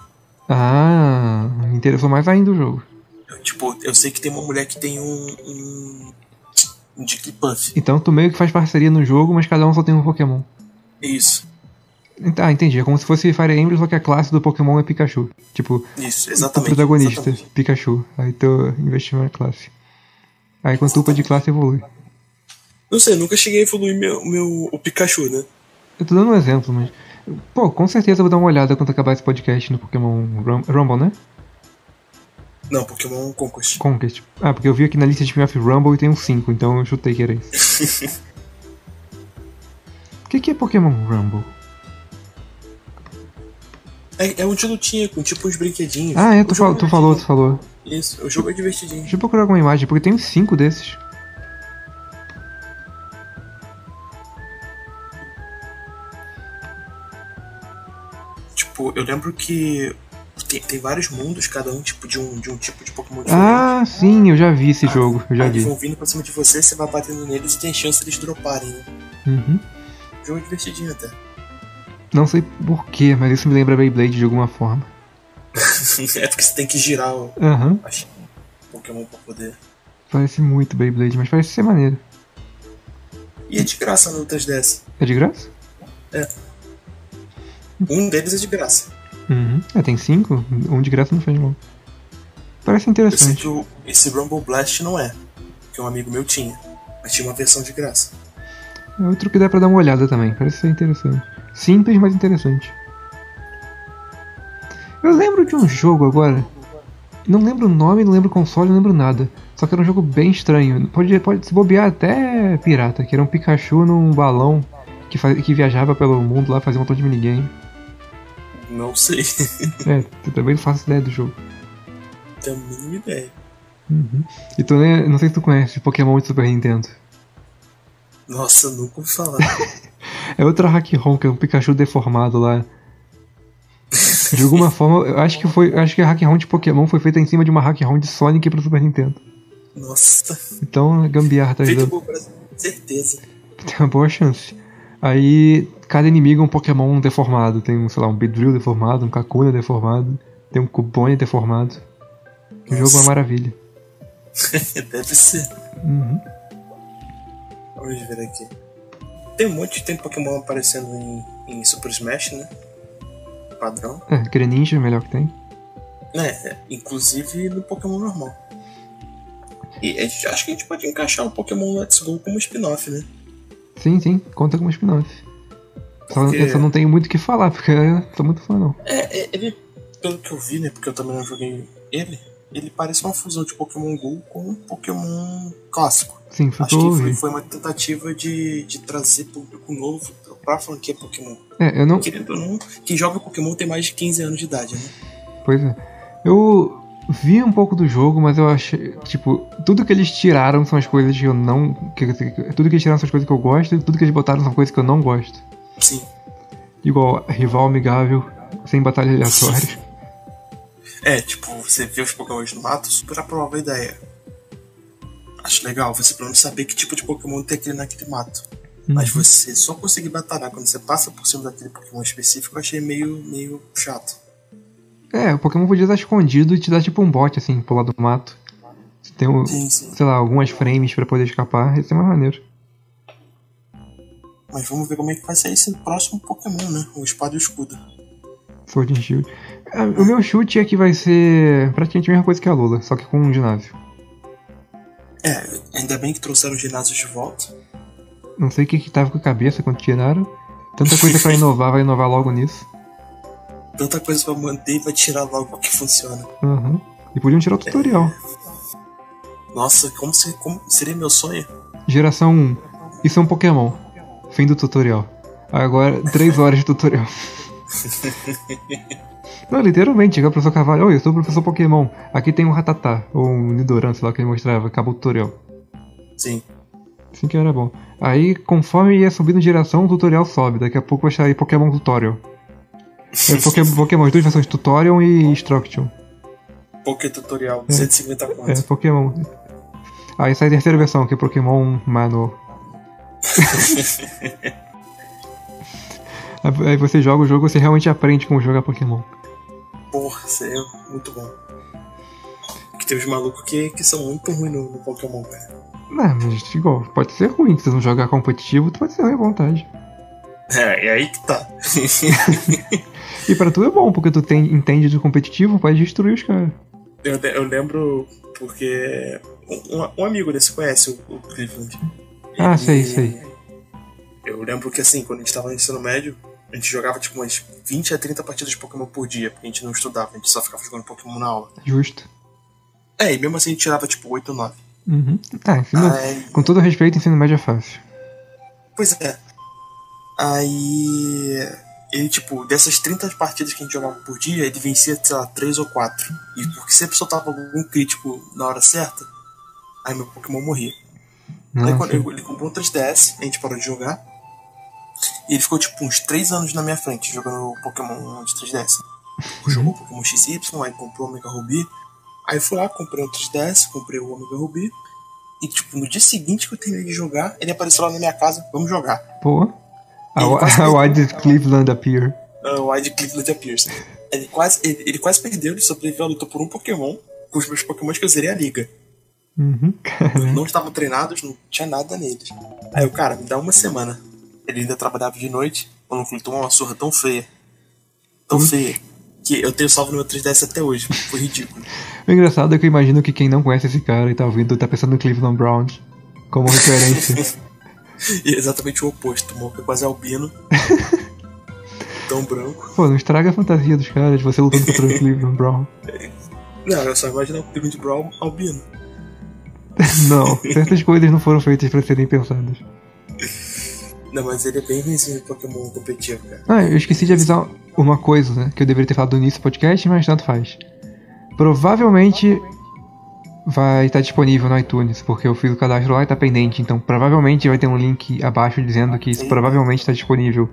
Speaker 1: Ah, me interessou mais ainda o jogo.
Speaker 2: Eu, tipo, eu sei que tem uma mulher que tem um. um. um Jigglypuff.
Speaker 1: Então tu meio que faz parceria no jogo, mas cada um só tem um Pokémon.
Speaker 2: É Isso,
Speaker 1: Ent- Ah, entendi. É como se fosse Fire Emblem, só que a classe do Pokémon é Pikachu. Tipo,
Speaker 2: isso,
Speaker 1: o
Speaker 2: exatamente.
Speaker 1: protagonista,
Speaker 2: exatamente.
Speaker 1: Pikachu. Aí tu investiu na classe. Aí quando tu upa de classe, evolui.
Speaker 2: Não sei, eu nunca cheguei a evoluir meu, meu, o Pikachu, né?
Speaker 1: Eu tô dando um exemplo, mas. Pô, com certeza eu vou dar uma olhada quando acabar esse podcast no Pokémon Rum- Rumble, né?
Speaker 2: Não, Pokémon Conquest.
Speaker 1: Conquest. Ah, porque eu vi aqui na lista de spin-off Rumble e tem um 5, então eu chutei que era isso.
Speaker 2: [laughs]
Speaker 1: O que, que é Pokémon Rumble?
Speaker 2: É É, é um de lutinha, com tipo uns brinquedinhos.
Speaker 1: Ah, é,
Speaker 2: O
Speaker 1: tu,
Speaker 2: jogo
Speaker 1: fal- tu falou, tu
Speaker 2: divertido.
Speaker 1: falou.
Speaker 2: Isso, o jogo é divertidinho.
Speaker 1: Deixa eu procurar alguma imagem, porque tem uns 5 desses.
Speaker 2: Tipo, eu lembro que tem, tem vários mundos, cada um tipo de um, de um tipo de Pokémon
Speaker 1: Ah, sim, eu já vi esse jogo, eu já
Speaker 2: Aí eles
Speaker 1: vi.
Speaker 2: vão vindo pra cima de você, você vai batendo neles e tem chance deles droparem, né?
Speaker 1: Uhum.
Speaker 2: O jogo é divertidinho até.
Speaker 1: Não sei porquê, mas isso me lembra Beyblade de alguma forma.
Speaker 2: é porque você tem que girar o
Speaker 1: Aham,
Speaker 2: acho, o Pokémon pra poder.
Speaker 1: parece muito Beyblade, mas parece ser maneiro.
Speaker 2: E é de graça no 3DS.
Speaker 1: É de graça?
Speaker 2: Um deles é de graça.
Speaker 1: Uhum. É, tem 5, um de graça não faz mal. Parece
Speaker 2: Eu sei
Speaker 1: interessante.
Speaker 2: que o, esse Rumble Blast não é, que um amigo meu tinha. Mas tinha uma versão de graça.
Speaker 1: É outro que dá pra dar uma olhada também, parece ser interessante. Simples, mas interessante. Eu lembro de um jogo agora. Não lembro o nome, não lembro o console, não lembro nada. Só que era um jogo bem estranho. Pode, pode se bobear até pirata, que era um Pikachu num balão que, faz, que viajava pelo mundo lá, fazia um montão de minigame.
Speaker 2: Não sei, [laughs]
Speaker 1: É, eu também não faço ideia do jogo.
Speaker 2: tenho a mínima ideia.
Speaker 1: Uhum. E tu nem, não sei se tu conhece Pokémon de Super Nintendo.
Speaker 2: Nossa, nunca ouvi falar.
Speaker 1: É outra hack ROM, que é um Pikachu deformado lá. De [laughs] alguma forma, eu acho que foi, eu acho que a hack ROM de Pokémon foi feita em cima de uma hack ROM de Sonic pro Super Nintendo.
Speaker 2: Nossa,
Speaker 1: Então, a gambiarra tá
Speaker 2: feito
Speaker 1: ajudando.
Speaker 2: por Brasil, certeza. [laughs]
Speaker 1: [laughs] Tem uma boa chance. Aí, cada inimigo é um Pokémon deformado. Tem, um, sei lá, um Bedrill deformado, um Kakuna deformado, tem um Cubone deformado. O jogo é uma
Speaker 2: Nossa,
Speaker 1: maravilha.
Speaker 2: Deve ser.
Speaker 1: Uhum.
Speaker 2: Vamos ver aqui. Tem um monte, tem Pokémon aparecendo em, em Super Smash, né? Padrão.
Speaker 1: É, Greninja é o melhor que tem.
Speaker 2: Né? é, Inclusive no Pokémon normal. E a gente- acho que a gente pode encaixar o Pokémon Let's Go como spin-off, né?
Speaker 1: Sim, sim, conta como spin-off. Só-
Speaker 2: Porque-
Speaker 1: Eu só não tenho muito o que falar, porque eu sou muito fã, não.
Speaker 2: É, é, ele, pelo que eu vi, né? Porque eu também não joguei ele. Ele parece uma fusão de Pokémon GO com um Pokémon clássico.
Speaker 1: Sim, foi o que
Speaker 2: Acho
Speaker 1: eu
Speaker 2: que
Speaker 1: ouvi.
Speaker 2: foi, foi uma tentativa de, de trazer público novo pra franquia Pokémon.
Speaker 1: É, eu não,
Speaker 2: Querendo ou não, quem joga Pokémon tem mais de 15 anos de idade, né?
Speaker 1: Pois é. Eu vi um pouco do jogo, mas eu achei. Tipo, tudo que eles tiraram são as coisas que eu não. que- que- tudo que eles tiraram são as coisas que eu gosto, e tudo que eles botaram são coisas que eu não gosto.
Speaker 2: Sim.
Speaker 1: Igual rival amigável, sem batalha
Speaker 2: [laughs]
Speaker 1: aleatória.
Speaker 2: É, tipo, você vê os Pokémons no mato, super aprova a ideia. Acho legal, você pelo menos saber que tipo de Pokémon tem aquele naquele mato. Mas
Speaker 1: Uhum.
Speaker 2: você só conseguir batalhar quando você passa por cima daquele Pokémon específico, eu achei meio, meio chato.
Speaker 1: É, o Pokémon podia estar escondido e te dar tipo um bote, assim, pro lado do mato. Você tem, um,
Speaker 2: Sim, sim.
Speaker 1: sei lá, algumas frames pra poder escapar, isso é mais maneiro.
Speaker 2: Mas vamos ver como é que vai ser esse próximo Pokémon, né? O espada e o escudo.
Speaker 1: Sword and Shield. Ah, O meu chute é que vai ser praticamente a mesma coisa que a Lula, só que com um ginásio.
Speaker 2: É, ainda bem que trouxeram os ginásios de volta.
Speaker 1: Não sei o que que tava com a cabeça quando tiraram. Tanta coisa pra inovar, vai inovar logo nisso.
Speaker 2: Tanta coisa pra manter e vai tirar logo o que funciona.
Speaker 1: Aham. E podiam tirar o tutorial.
Speaker 2: Nossa, como, se, como seria meu sonho?
Speaker 1: Geração 1. Isso é um Pokémon. Fim do tutorial. Agora, 3 horas de tutorial. Não, literalmente, chega o professor Carvalho. Oi, eu sou o professor Pokémon. Aqui tem um Ratatá, ou um Nidoran, sei lá, que ele mostrava. Acabou o tutorial.
Speaker 2: Sim.
Speaker 1: Assim que era bom. Aí, conforme ia subindo geração, o tutorial sobe. Daqui a pouco vai sair Pokémon Tutorial.
Speaker 2: [laughs]
Speaker 1: É, Poké- Pokémon, as duas versões, Tutorial e Instruction.
Speaker 2: Poké tutorial,
Speaker 1: É.
Speaker 2: 150
Speaker 1: É,
Speaker 2: conto.
Speaker 1: Pokémon. Aí sai a terceira versão, que é Pokémon Mano. Aí você joga o jogo, você realmente aprende como jogar Pokémon.
Speaker 2: Porra, isso aí é muito bom. Porque tem uns malucos que, que são muito ruins no, no Pokémon, cara.
Speaker 1: Não, Ah, mas igual, pode ser ruim, se você não jogar competitivo, tu pode ser ruim à vontade.
Speaker 2: É, é aí que tá.
Speaker 1: E pra tu é bom, porque tu tem, entende do competitivo, pode destruir os caras.
Speaker 2: [laughs] eu, le- eu lembro porque um, um- um amigo desse conhece o, o Cleveland.
Speaker 1: Ah,
Speaker 2: Ele-
Speaker 1: sei, sei.
Speaker 2: Eu lembro que assim, quando a gente tava no ensino médio, a gente jogava tipo umas 20 a 30 partidas de Pokémon por dia, porque a gente não estudava, a gente só ficava jogando Pokémon na aula.
Speaker 1: Justo.
Speaker 2: É, e mesmo assim a gente tirava tipo 8 ou 9.
Speaker 1: Uhum. Ah, ensino,
Speaker 2: Aí-
Speaker 1: com todo respeito, ensino médio é fácil.
Speaker 2: Pois é. Aí. Ele, tipo, dessas 30 partidas que a gente jogava por dia, ele vencia, sei lá, 3 ou 4. E porque sempre soltava algum crítico na hora certa, aí meu Pokémon morria. Aí
Speaker 1: Nossa.
Speaker 2: quando ele, ele comprou um 3DS, a gente parou de jogar. E ele ficou tipo uns 3 anos na minha frente jogando Pokémon de 3DS. Jogou Pokémon XY, aí comprou o Omega Ruby. Aí eu fui lá, comprei um 3DS, comprei o Omega Ruby. E tipo, no dia seguinte que eu terminei de jogar, ele apareceu lá na minha casa, vamos jogar.
Speaker 1: Pô. A,
Speaker 2: Ele quase
Speaker 1: a, [laughs] a Wide Cleveland appear.
Speaker 2: Ah, o Wide Cleveland Appears. Ele quase, ele, ele quase perdeu, ele sobreviveu à luta por um Pokémon, com os meus Pokémons que eu zerei a liga.
Speaker 1: Uhum, cara.
Speaker 2: Não estavam treinados, não tinha nada neles. Aí o cara, me dá uma semana. Ele ainda trabalhava de noite, eu não tomou uma surra tão feia. Tão feia. Que eu tenho salvo no meu 3DS até hoje. Foi ridículo.
Speaker 1: O engraçado é que eu imagino que quem não conhece esse cara e tá ouvindo tá pensando no Cleveland Browns como referência.
Speaker 2: [laughs] E é exatamente o oposto. O Mocha é quase albino. tão branco.
Speaker 1: Pô, não estraga a fantasia dos caras, você lutando contra o Cleveland Brown.
Speaker 2: Não, eu só imagino o Cleveland Brown albino.
Speaker 1: Não, certas coisas não foram feitas pra serem pensadas.
Speaker 2: Não, mas ele é bem vencido em Pokémon competitivo, cara.
Speaker 1: Ah, eu esqueci de avisar uma coisa, né? Que eu deveria ter falado no início do podcast, mas tanto faz. Provavelmente vai estar disponível no iTunes, porque eu fiz o cadastro lá e tá pendente. Então provavelmente vai ter um link abaixo dizendo que isso provavelmente está disponível.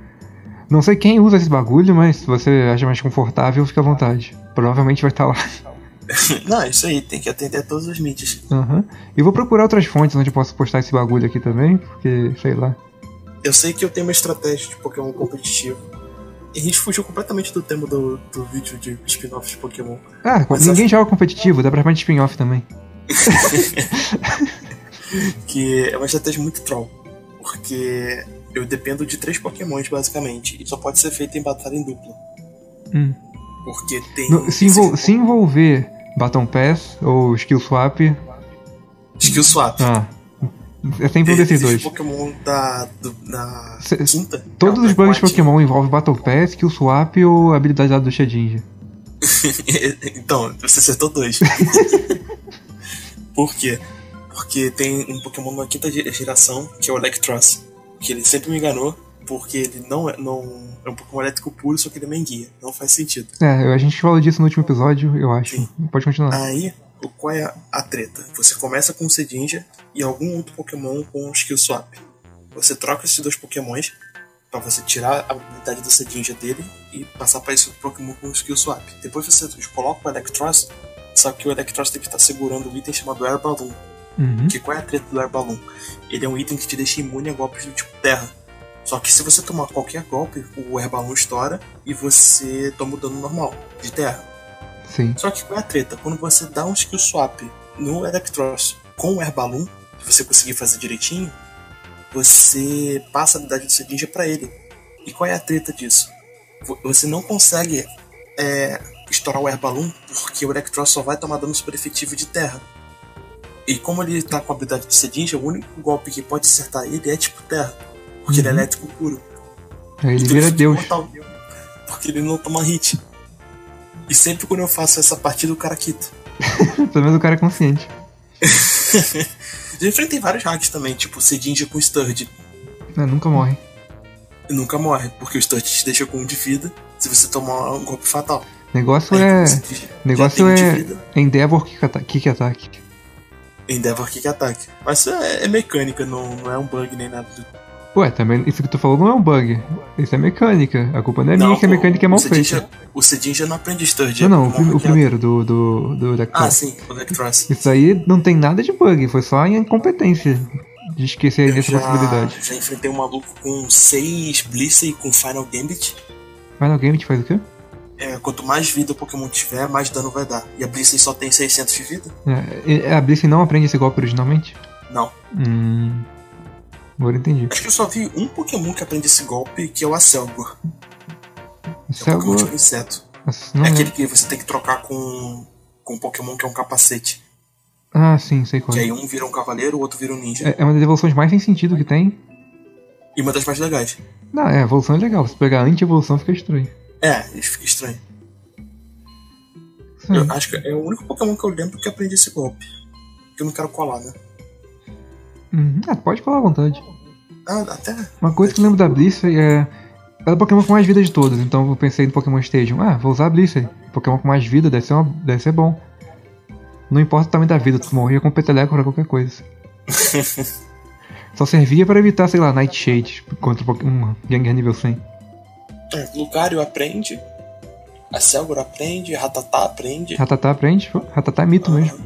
Speaker 1: Não sei quem usa esse bagulho, mas se você acha mais confortável, fica à vontade. Provavelmente vai estar lá. [laughs]
Speaker 2: Não, é isso aí, tem que atender a todos os mídias.
Speaker 1: Aham. E vou procurar outras fontes onde eu posso postar esse bagulho aqui também, porque, sei lá.
Speaker 2: Eu sei que eu tenho uma estratégia de Pokémon competitivo. E a gente fugiu completamente do tema do, do vídeo de spin-off de Pokémon.
Speaker 1: Ah,
Speaker 2: Mas
Speaker 1: ninguém joga competitivo, dá pra fazer spin-off também.
Speaker 2: Que é uma estratégia muito troll. Porque eu dependo de três Pokémons, basicamente. E só pode ser feito em batalha em dupla.
Speaker 1: Hum.
Speaker 2: Porque tem.
Speaker 1: No- se, envol- se envolver Baton Pass ou Skill Swap,
Speaker 2: Skill Swap.
Speaker 1: ah, é sempre um
Speaker 2: Existe
Speaker 1: desses dois.
Speaker 2: Pokémon é um da. do- na
Speaker 1: Se-
Speaker 2: quinta.
Speaker 1: Todos
Speaker 2: Não,
Speaker 1: os
Speaker 2: da
Speaker 1: bugs de
Speaker 2: quarta.
Speaker 1: Pokémon envolvem Battle Pass, Skill Swap ou habilidade lá do Shedinja.
Speaker 2: [laughs] então, você acertou dois. Por quê? Porque tem um Pokémon na quinta ge- geração, que é o Electros, que ele sempre me enganou, porque ele não é, não é um Pokémon elétrico puro, só que ele é menguia. Não faz sentido.
Speaker 1: É, a gente falou disso no último episódio, eu acho.
Speaker 2: Sim.
Speaker 1: Pode continuar.
Speaker 2: Aí, o- qual é a treta? Você começa com o Sedinja e algum outro Pokémon com um Skill Swap. Você troca esses dois Pokémons pra você tirar a habilidade do Sedinja dele e passar pra esse outro Pokémon com um Skill Swap. Depois você coloca o Electros, só que o Electros tem que estar segurando um item chamado Air Balloon.
Speaker 1: Uhum.
Speaker 2: Que qual é a treta do Air Balloon? Ele é um item que te deixa imune a golpes do tipo terra. Só que se você tomar qualquer golpe, o Air Balloon estoura e você toma o dano normal de terra.
Speaker 1: Sim.
Speaker 2: Só que qual é a treta? Quando você dá um skill swap no Electros com o Air Balloon, se você conseguir fazer direitinho, você passa a habilidade do seu ninja pra ele. E qual é a treta disso? Vo- Você não consegue é, estourar o Air Balloon porque o Electros só vai tomar dano super efetivo de terra. E como ele tá com a habilidade do Sedinja, o único golpe que pode acertar ele é tipo terra. Porque ele é
Speaker 1: Uhum.
Speaker 2: elétrico puro.
Speaker 1: Aí ele
Speaker 2: Então
Speaker 1: vira
Speaker 2: fica
Speaker 1: Deus.
Speaker 2: imortal, Porque ele não toma hit. E sempre quando eu faço essa partida, o cara quita.
Speaker 1: Pelo menos o cara é consciente.
Speaker 2: Eu enfrentei vários hacks também, tipo Sedinja com Sturd.
Speaker 1: Ah, nunca morre.
Speaker 2: E nunca morre, porque o Sturd te deixa com um de vida se você tomar um golpe fatal.
Speaker 1: Negócio
Speaker 2: Aí,
Speaker 1: é.
Speaker 2: você já- já
Speaker 1: Negócio
Speaker 2: tem um de
Speaker 1: é.
Speaker 2: vida.
Speaker 1: Endeavor Kick Attack. Kick attack.
Speaker 2: Endeavor Kick Attack. Mas isso é, é mecânica, não, não é um bug nem nada. do-
Speaker 1: Ué, também isso que tu falou não é um bug. Isso é mecânica. A culpa não é minha que a
Speaker 2: pô,
Speaker 1: mecânica é mal
Speaker 2: o Sedinja-
Speaker 1: feita.
Speaker 2: O Sedinja não aprende
Speaker 1: Não,
Speaker 2: Sturd. é
Speaker 1: não, o,
Speaker 2: Pokémon
Speaker 1: prim- o
Speaker 2: hackeado.
Speaker 1: primeiro do, do, do Electros.
Speaker 2: Ah, sim, o Electros.
Speaker 1: Isso aí não tem nada de bug, foi só a incompetência de esquecer dessa
Speaker 2: já,
Speaker 1: é possibilidade.
Speaker 2: já enfrentei um maluco com 6 Blitz e com Final Gambit.
Speaker 1: Final Game te faz o quê?
Speaker 2: É, quanto mais vida o Pokémon tiver, mais dano vai dar. E a Blitz só tem 600 de vida?
Speaker 1: É, e- a Blissey não aprende esse golpe originalmente?
Speaker 2: Não.
Speaker 1: Hum. Agora entendi.
Speaker 2: Acho que eu só vi um Pokémon que aprende esse golpe, que é o Acelgor. É um Pokémon
Speaker 1: Selgo.
Speaker 2: tipo inseto.
Speaker 1: Não lembro.
Speaker 2: é aquele que você tem que trocar com, com um Pokémon que é um capacete.
Speaker 1: Ah, sim, sei qual.
Speaker 2: Que
Speaker 1: É,
Speaker 2: aí um vira um cavaleiro, o outro vira um ninja.
Speaker 1: é uma das evoluções mais sem sentido que tem.
Speaker 2: E uma das mais legais.
Speaker 1: Não, é, evolução é legal. Se pegar anti-evolução fica estranho.
Speaker 2: É, isso fica estranho.
Speaker 1: Sim.
Speaker 2: Eu acho que é o único Pokémon que eu lembro que aprende esse golpe. Que eu não quero colar, né?
Speaker 1: Uhum. Ah, pode falar à vontade.
Speaker 2: Ah, até.
Speaker 1: Uma coisa que eu lembro da Blissey é. Era o Pokémon com mais vida de todos, então eu pensei no Pokémon Stadium. Ah, vou usar a Blissey. Pokémon com mais vida deve ser, uma, deve ser bom. Não importa o tamanho da vida, tu morria com peteleco pra qualquer coisa. Só servia para evitar, sei lá, Nightshade contra um Gengar nível 100.
Speaker 2: É, Lucario aprende, a Selgora aprende, Ratatá aprende.
Speaker 1: Ratatá aprende? Pô, Ratatá é mito mesmo.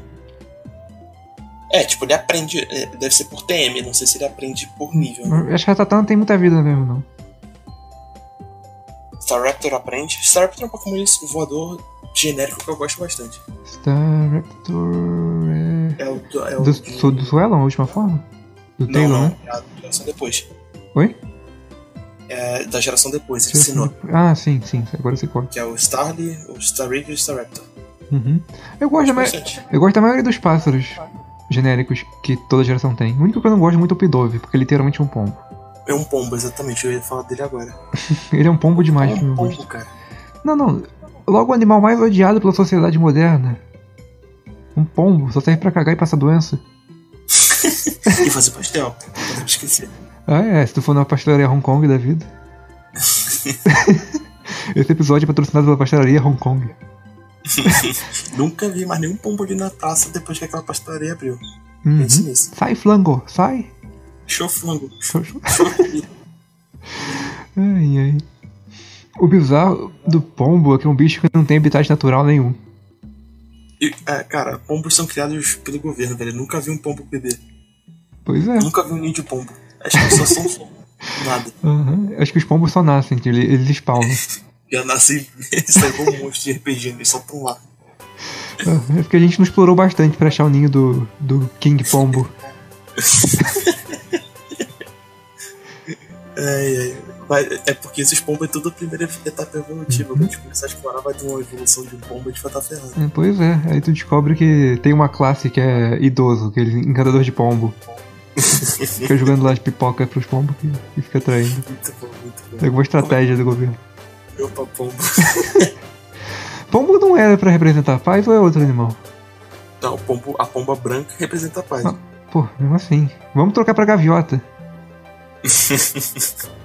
Speaker 2: É, tipo, ele aprende, é, deve ser por TM, não sei se ele aprende por nível. né?
Speaker 1: Eu Acho que Ratatá não tem muita vida mesmo, não.
Speaker 2: Staraptor aprende. Staraptor é um Pokémon voador genérico que eu gosto bastante.
Speaker 1: Staraptor é...
Speaker 2: É o. do- É o
Speaker 1: Do,
Speaker 2: de-
Speaker 1: su- do Suelon, a última forma? Do
Speaker 2: Não,
Speaker 1: Taylor,
Speaker 2: não,
Speaker 1: né?
Speaker 2: é a geração depois.
Speaker 1: Oi?
Speaker 2: É da geração depois, ele ensinou.
Speaker 1: Ah, sim, sim. Agora eu sei qual.
Speaker 2: Que é o Starly, o Starrig e o Staraptor.
Speaker 1: Uhum. Eu gosto da ma-
Speaker 2: Bastante.
Speaker 1: Eu gosto da maioria dos pássaros genéricos que toda geração tem. O único que eu não gosto muito é o Pidove, porque é literalmente um pombo.
Speaker 2: É um pombo, exatamente, eu ia falar dele agora.
Speaker 1: Ele é um pombo demais
Speaker 2: é
Speaker 1: pro
Speaker 2: um
Speaker 1: meu
Speaker 2: pombo,
Speaker 1: gosto.
Speaker 2: cara.
Speaker 1: Não, não. Logo o animal mais odiado pela sociedade moderna. Um pombo, só serve pra cagar e passar doença.
Speaker 2: E fazer pastel, [laughs] pra não esquecer.
Speaker 1: Ah, é, se tu for numa pastelaria Hong Kong da
Speaker 2: [laughs]
Speaker 1: vida. Esse episódio é patrocinado pela pastelaria Hong Kong.
Speaker 2: Nunca vi mais nenhum pombo ali na praça depois que aquela pastelaria abriu.
Speaker 1: Uhum.
Speaker 2: Pense nisso.
Speaker 1: Sai, flango, sai.
Speaker 2: Chofango.
Speaker 1: Show, show. Ai, ai. O bizarro do pombo é que é um bicho que não tem habitat natural nenhum.
Speaker 2: E, é, cara, pombos são criados pelo governo, velho. Eu nunca vi um pombo beber.
Speaker 1: Pois é.
Speaker 2: Eu Nunca vi um ninho de pombo. As pessoas são só. Nada.
Speaker 1: Aham. Acho que os pombos só nascem, eles, eles spawnam.
Speaker 2: Já nasci [laughs] e sai com um monte de RPG, eles só tão lá.
Speaker 1: Aham, É porque a gente não explorou bastante pra achar o ninho do, do King Pombo.
Speaker 2: É, é, Mas é porque esses pombos é tudo a primeira etapa evolutiva. Quando a gente começar a explorar, vai ter uma evolução de um pombo, a gente vai
Speaker 1: [laughs]
Speaker 2: estar ferrado.
Speaker 1: É, Pois é, aí tu descobre que tem uma classe que é idoso, que é encantador de pombo. Fica jogando lá de pipoca pros pombos e, e fica atraindo.
Speaker 2: Muito bom, muito
Speaker 1: É
Speaker 2: bom.
Speaker 1: alguma estratégia do governo.
Speaker 2: Meu pra pombo.
Speaker 1: Pombo não era pra representar paz ou é outro animal?
Speaker 2: Tá, o pombo, a pomba branca representa a paz.
Speaker 1: Ah. Pô, mesmo assim. Vamos trocar pra gaviota.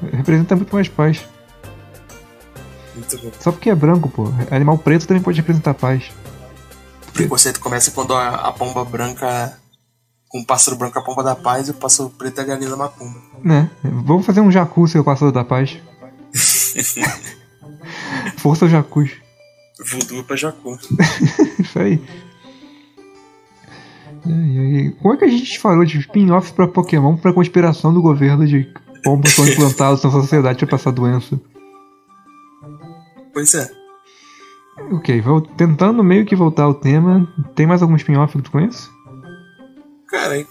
Speaker 1: Representa muito mais paz.
Speaker 2: Muito bom.
Speaker 1: Só porque é branco, pô. Animal preto também pode representar paz.
Speaker 2: O preconceito começa quando a, a pomba branca. Com o pássaro branco é a pomba da paz e o pássaro preto é a galinha da macumba.
Speaker 1: Né? Vamos fazer um jacu, seu passador da paz. Força os jacuz.
Speaker 2: Voodoo pra Jacu.
Speaker 1: Isso aí. Ai, ai. Como é que a gente falou de spin-off pra Pokémon pra conspiração do governo de pombos são implantados na sociedade pra passar doença?
Speaker 2: Pois é.
Speaker 1: Ok, vou tentando meio que voltar ao tema. Tem mais algum spin-off que tu conhece?
Speaker 2: Cara, aí-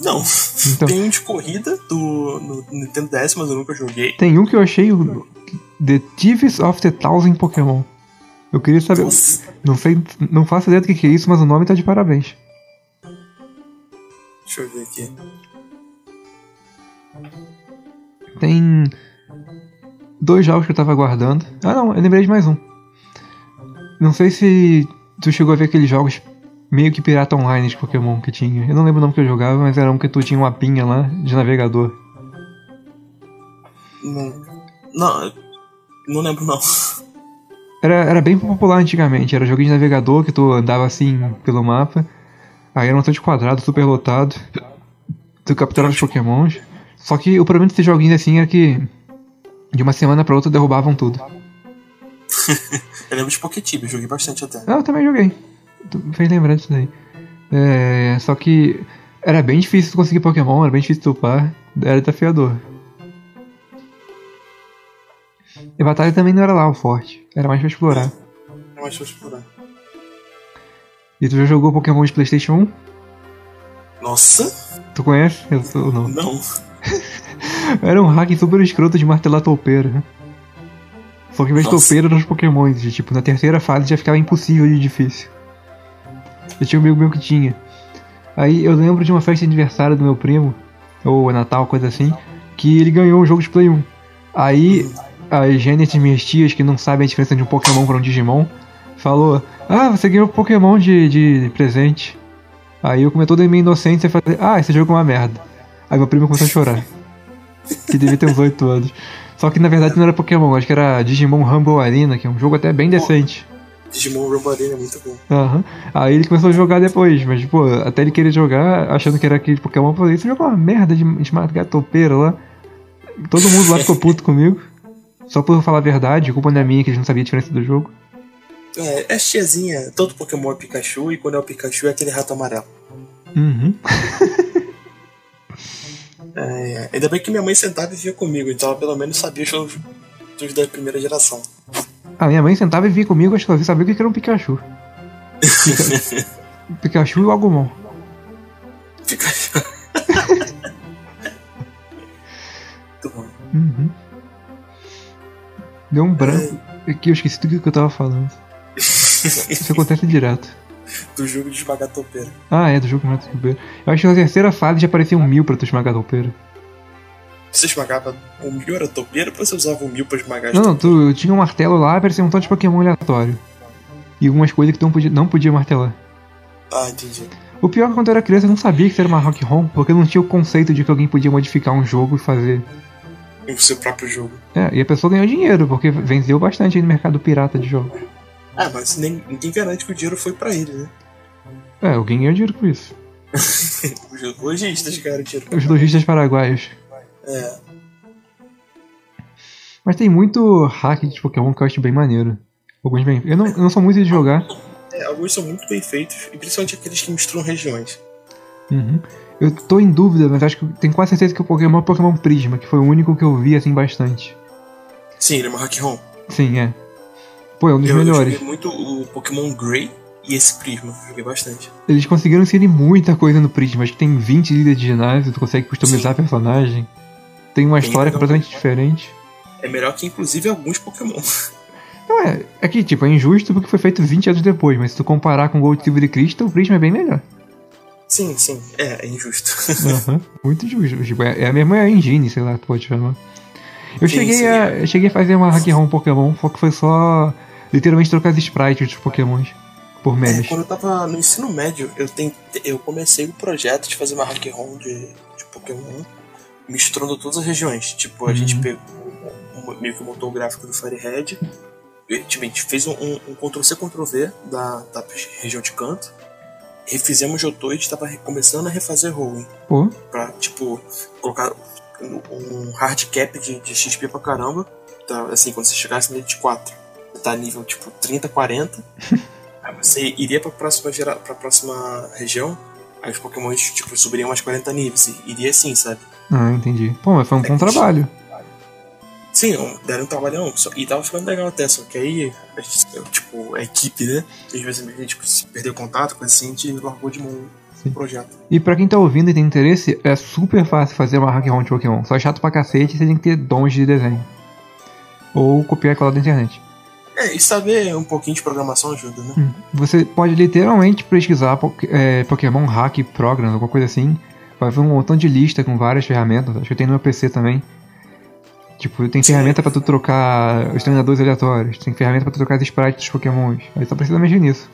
Speaker 2: não.
Speaker 1: Então.
Speaker 2: Tem um de corrida do no Nintendo DS, mas eu nunca joguei.
Speaker 1: Tem um que eu achei o The Thieves of the Thousand Pokémon. Eu queria saber.
Speaker 2: Nossa,
Speaker 1: Não sei, não faço ideia do que que é isso, mas o nome tá de parabéns.
Speaker 2: Deixa eu ver aqui.
Speaker 1: Tem dois jogos que eu tava aguardando. Ah não, eu lembrei de mais um. Não sei se tu chegou a ver aqueles jogos meio que pirata online de Pokémon que tinha. Eu não lembro o nome que eu jogava, mas era um que tu tinha uma pinha lá de navegador.
Speaker 2: Não. Não, eu não lembro não.
Speaker 1: Era, era bem popular antigamente, era jogo de navegador que tu andava assim pelo mapa. Aí era um tanto de quadrado super lotado. Tu capturava os pokémons. Só que o problema desses joguinhos assim era que de uma semana pra outra derrubavam tudo.
Speaker 2: Eu lembro de Poketib, eu joguei bastante até.
Speaker 1: Ah, eu também joguei. Tu me fez lembrar disso daí. É, só que era bem difícil tu conseguir pokémon, era bem difícil tu upar, era desafiador. E a batalha também não era lá o forte, era mais pra explorar.
Speaker 2: Eu acho que eu vou explorar.
Speaker 1: E tu já jogou pokémon de Playstation 1?
Speaker 2: Nossa,
Speaker 1: Tu conhece? Eu sou, não.
Speaker 2: não.
Speaker 1: Era um hack super escroto de martelar toupeira. Só que em vez de
Speaker 2: Nossa.
Speaker 1: toupeira eram os pokémons. E, tipo, na terceira fase já ficava impossível de difícil. Eu tinha um amigo meu que tinha. Aí eu lembro de uma festa de aniversário do meu primo, ou Natal, coisa assim, que ele ganhou um jogo de Play 1. Aí as gênias de minhas tias, que não sabem a diferença de um Pokémon para um Digimon, falou: Ah, você ganhou um Pokémon de, de presente. Aí eu, como é toda a minha inocência, falei: Ah, esse jogo é uma merda. Aí meu primo começou a chorar. que devia ter uns 8 anos. Só que na verdade não era Pokémon, acho que era Digimon Rumble Arena, que é um jogo até bem decente.
Speaker 2: Digimon Robarina é muito bom.
Speaker 1: Aham. Aí ele começou a jogar depois, mas, pô, até ele querer jogar, achando que era aquele Pokémon, eu falei, você jogou uma merda de Smart Gato Topeira lá. Todo mundo lá ficou puto comigo. Só por eu falar a verdade, culpa não é minha, que eles não sabiam a diferença do jogo.
Speaker 2: É, é tiazinha, todo Pokémon é Pikachu e quando é o Pikachu é aquele rato amarelo.
Speaker 1: Uhum.
Speaker 2: É, é. Ainda bem que minha mãe sentava e via comigo, então ela pelo menos sabia os jogos dos da primeira geração.
Speaker 1: A minha mãe sentava e vinha comigo, acho que ela sabia o que que era um Pikachu. Pica- Pikachu e o Agumon.
Speaker 2: Pikachu.
Speaker 1: [laughs]
Speaker 2: muito bom.
Speaker 1: Uhum. Deu um branco.
Speaker 2: É,
Speaker 1: Aqui eu esqueci do que eu tava falando. Isso acontece direto.
Speaker 2: Do jogo de esmagar topeira.
Speaker 1: Ah, é, do jogo Mato Topeira. Eu acho que na terceira fase já aparecia um mil pra tu esmagar a topeira.
Speaker 2: Você esmagava o mil era topeira ou você usava o mil pra esmagar as
Speaker 1: Não, não, tu tinha um martelo lá, aparecia um tanto de Pokémon aleatório. E algumas coisas que tu não podia, não podia martelar.
Speaker 2: to- Ah, entendi.
Speaker 1: O pior é que quando eu era criança eu não sabia que isso era uma rock home, porque eu não tinha o conceito de que alguém podia modificar um jogo e fazer.
Speaker 2: O seu próprio jogo.
Speaker 1: É, e a pessoa ganhou dinheiro, porque venceu bastante aí no mercado pirata de jogos.
Speaker 2: Ah, mas nem, ninguém garante que o dinheiro foi pra ele, né?
Speaker 1: É, alguém ganhou dinheiro com isso.
Speaker 2: Os lojistas ganharam dinheiro pra
Speaker 1: Os lojistas paraguaios.
Speaker 2: É,
Speaker 1: Mas tem muito hack de Pokémon que eu acho bem maneiro. Alguns bem. Eu não, eu não sou muito de jogar.
Speaker 2: é, alguns são muito bem feitos, e principalmente aqueles que misturam regiões.
Speaker 1: Uhum. Eu tô em dúvida, mas acho que tenho quase certeza que o Pokémon é o Pokémon Prisma, que foi o único que eu vi assim bastante.
Speaker 2: Sim, ele é uma hack home.
Speaker 1: Sim, é. Pô, é um dos
Speaker 2: Eu
Speaker 1: melhores.
Speaker 2: joguei muito o Pokémon Grey e esse Prisma, joguei bastante.
Speaker 1: Eles conseguiram inserir muita coisa no Prisma. Acho que tem 20 líderes de ginásio, tu consegue customizar personagem. Tem uma
Speaker 2: Tem
Speaker 1: história
Speaker 2: cada um.
Speaker 1: completamente diferente.
Speaker 2: É melhor que inclusive alguns Pokémon. [laughs]
Speaker 1: Não é. É que, tipo, é injusto porque foi feito 20 anos depois, mas se tu comparar com Gold Silver e Crystal, o Prisma é bem melhor.
Speaker 2: Sim, sim, é, é injusto.
Speaker 1: Aham, muito justo. Tipo, é é a mesma engine, sei lá, tu pode chamar. Eu
Speaker 2: Sim,
Speaker 1: cheguei,
Speaker 2: sim. é.
Speaker 1: a, eu cheguei a fazer uma hack and roll Pokémon, só que foi só literalmente trocar as sprites dos Pokémons por
Speaker 2: É,
Speaker 1: memes.
Speaker 2: quando eu tava no ensino médio, eu, tente- eu comecei o projeto de fazer uma hack home de, de Pokémon, misturando todas as regiões. Tipo, a
Speaker 1: Uhum.
Speaker 2: gente pegou, um- meio que montou o gráfico do Firehead, e, tipo, a gente fez um, um, um Ctrl-C, Ctrl-V da, da região de canto, refizemos Jotô e a gente tava re- começando a refazer Hoenn,
Speaker 1: Pô,
Speaker 2: pra, tipo, colocar um, um hard cap de, de XP pra caramba, tá, assim, quando você chegasse nível de 4, tá nível, tipo, 30, 40, aí você iria pra próxima, gera, pra próxima região, aí os pokémons, tipo, subiriam mais 40 níveis, e iria assim, sabe?
Speaker 1: ah, entendi. Pô, mas foi
Speaker 2: É
Speaker 1: um bom trabalho.
Speaker 2: Sim, não, deram um trabalhão, só, e tava ficando legal até, só que aí, a gente, eu, tipo, a equipe, né, às vezes a gente tipo, se perdeu contato, coisa assim, a gente largou de mão
Speaker 1: Sim.
Speaker 2: o projeto.
Speaker 1: E pra quem tá ouvindo e tem interesse, é super fácil fazer uma hack and roll de Pokémon. Só é chato pra cacete, você tem que ter dons de desenho. Ou copiar e colar da internet.
Speaker 2: É, e saber um pouquinho de programação ajuda, né?
Speaker 1: Hum, Você pode literalmente pesquisar po- é, Pokémon Hack Programs, alguma coisa assim. Vai ver um montão de lista com várias ferramentas. Acho que tem no meu PC também. Tipo, tem
Speaker 2: Sim.
Speaker 1: ferramenta pra tu trocar os treinadores aleatórios. Tem ferramenta pra tu trocar as sprites dos Pokémons. Aí só precisa mexer nisso.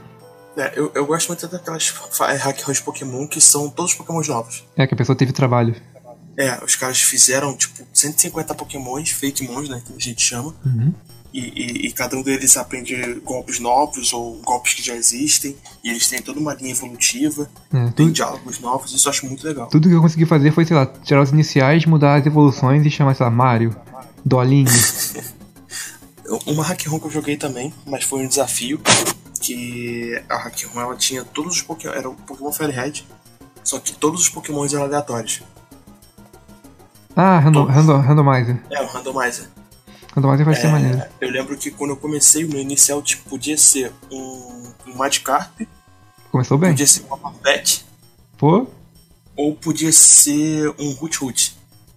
Speaker 2: É, eu, eu gosto muito daquelas fa- é, hack runs Pokémon que são todos Pokémons novos.
Speaker 1: É que a pessoa teve trabalho.
Speaker 2: É, os caras fizeram, tipo, 150 Pokémons, Fakemons, né, que a gente chama,
Speaker 1: Uhum.
Speaker 2: e, e- e cada um deles aprende golpes novos ou golpes que já existem, e eles têm toda uma linha evolutiva,
Speaker 1: É,
Speaker 2: tem
Speaker 1: tudo,
Speaker 2: diálogos novos, isso eu acho muito legal.
Speaker 1: tudo que eu consegui fazer foi, sei lá, tirar os iniciais, mudar as evoluções e chamar, sei lá, Mario,
Speaker 2: [laughs]
Speaker 1: Dolinho.
Speaker 2: Eu- Uma hack ROM que eu joguei também, mas foi um desafio, que a hack ROM ela tinha todos os Pokémon, era o Pokémon Firehead, só que todos os Pokémons eram aleatórios.
Speaker 1: ah, random, random, Randomizer.
Speaker 2: É, o randomizer.
Speaker 1: Randomizer vai
Speaker 2: É.
Speaker 1: ser maneiro.
Speaker 2: Eu lembro que quando eu comecei, o meu inicial tipo, podia ser um, um Magikarp,
Speaker 1: Começou bem.
Speaker 2: podia ser um Papapet,
Speaker 1: Pô,
Speaker 2: ou podia ser um Root Root.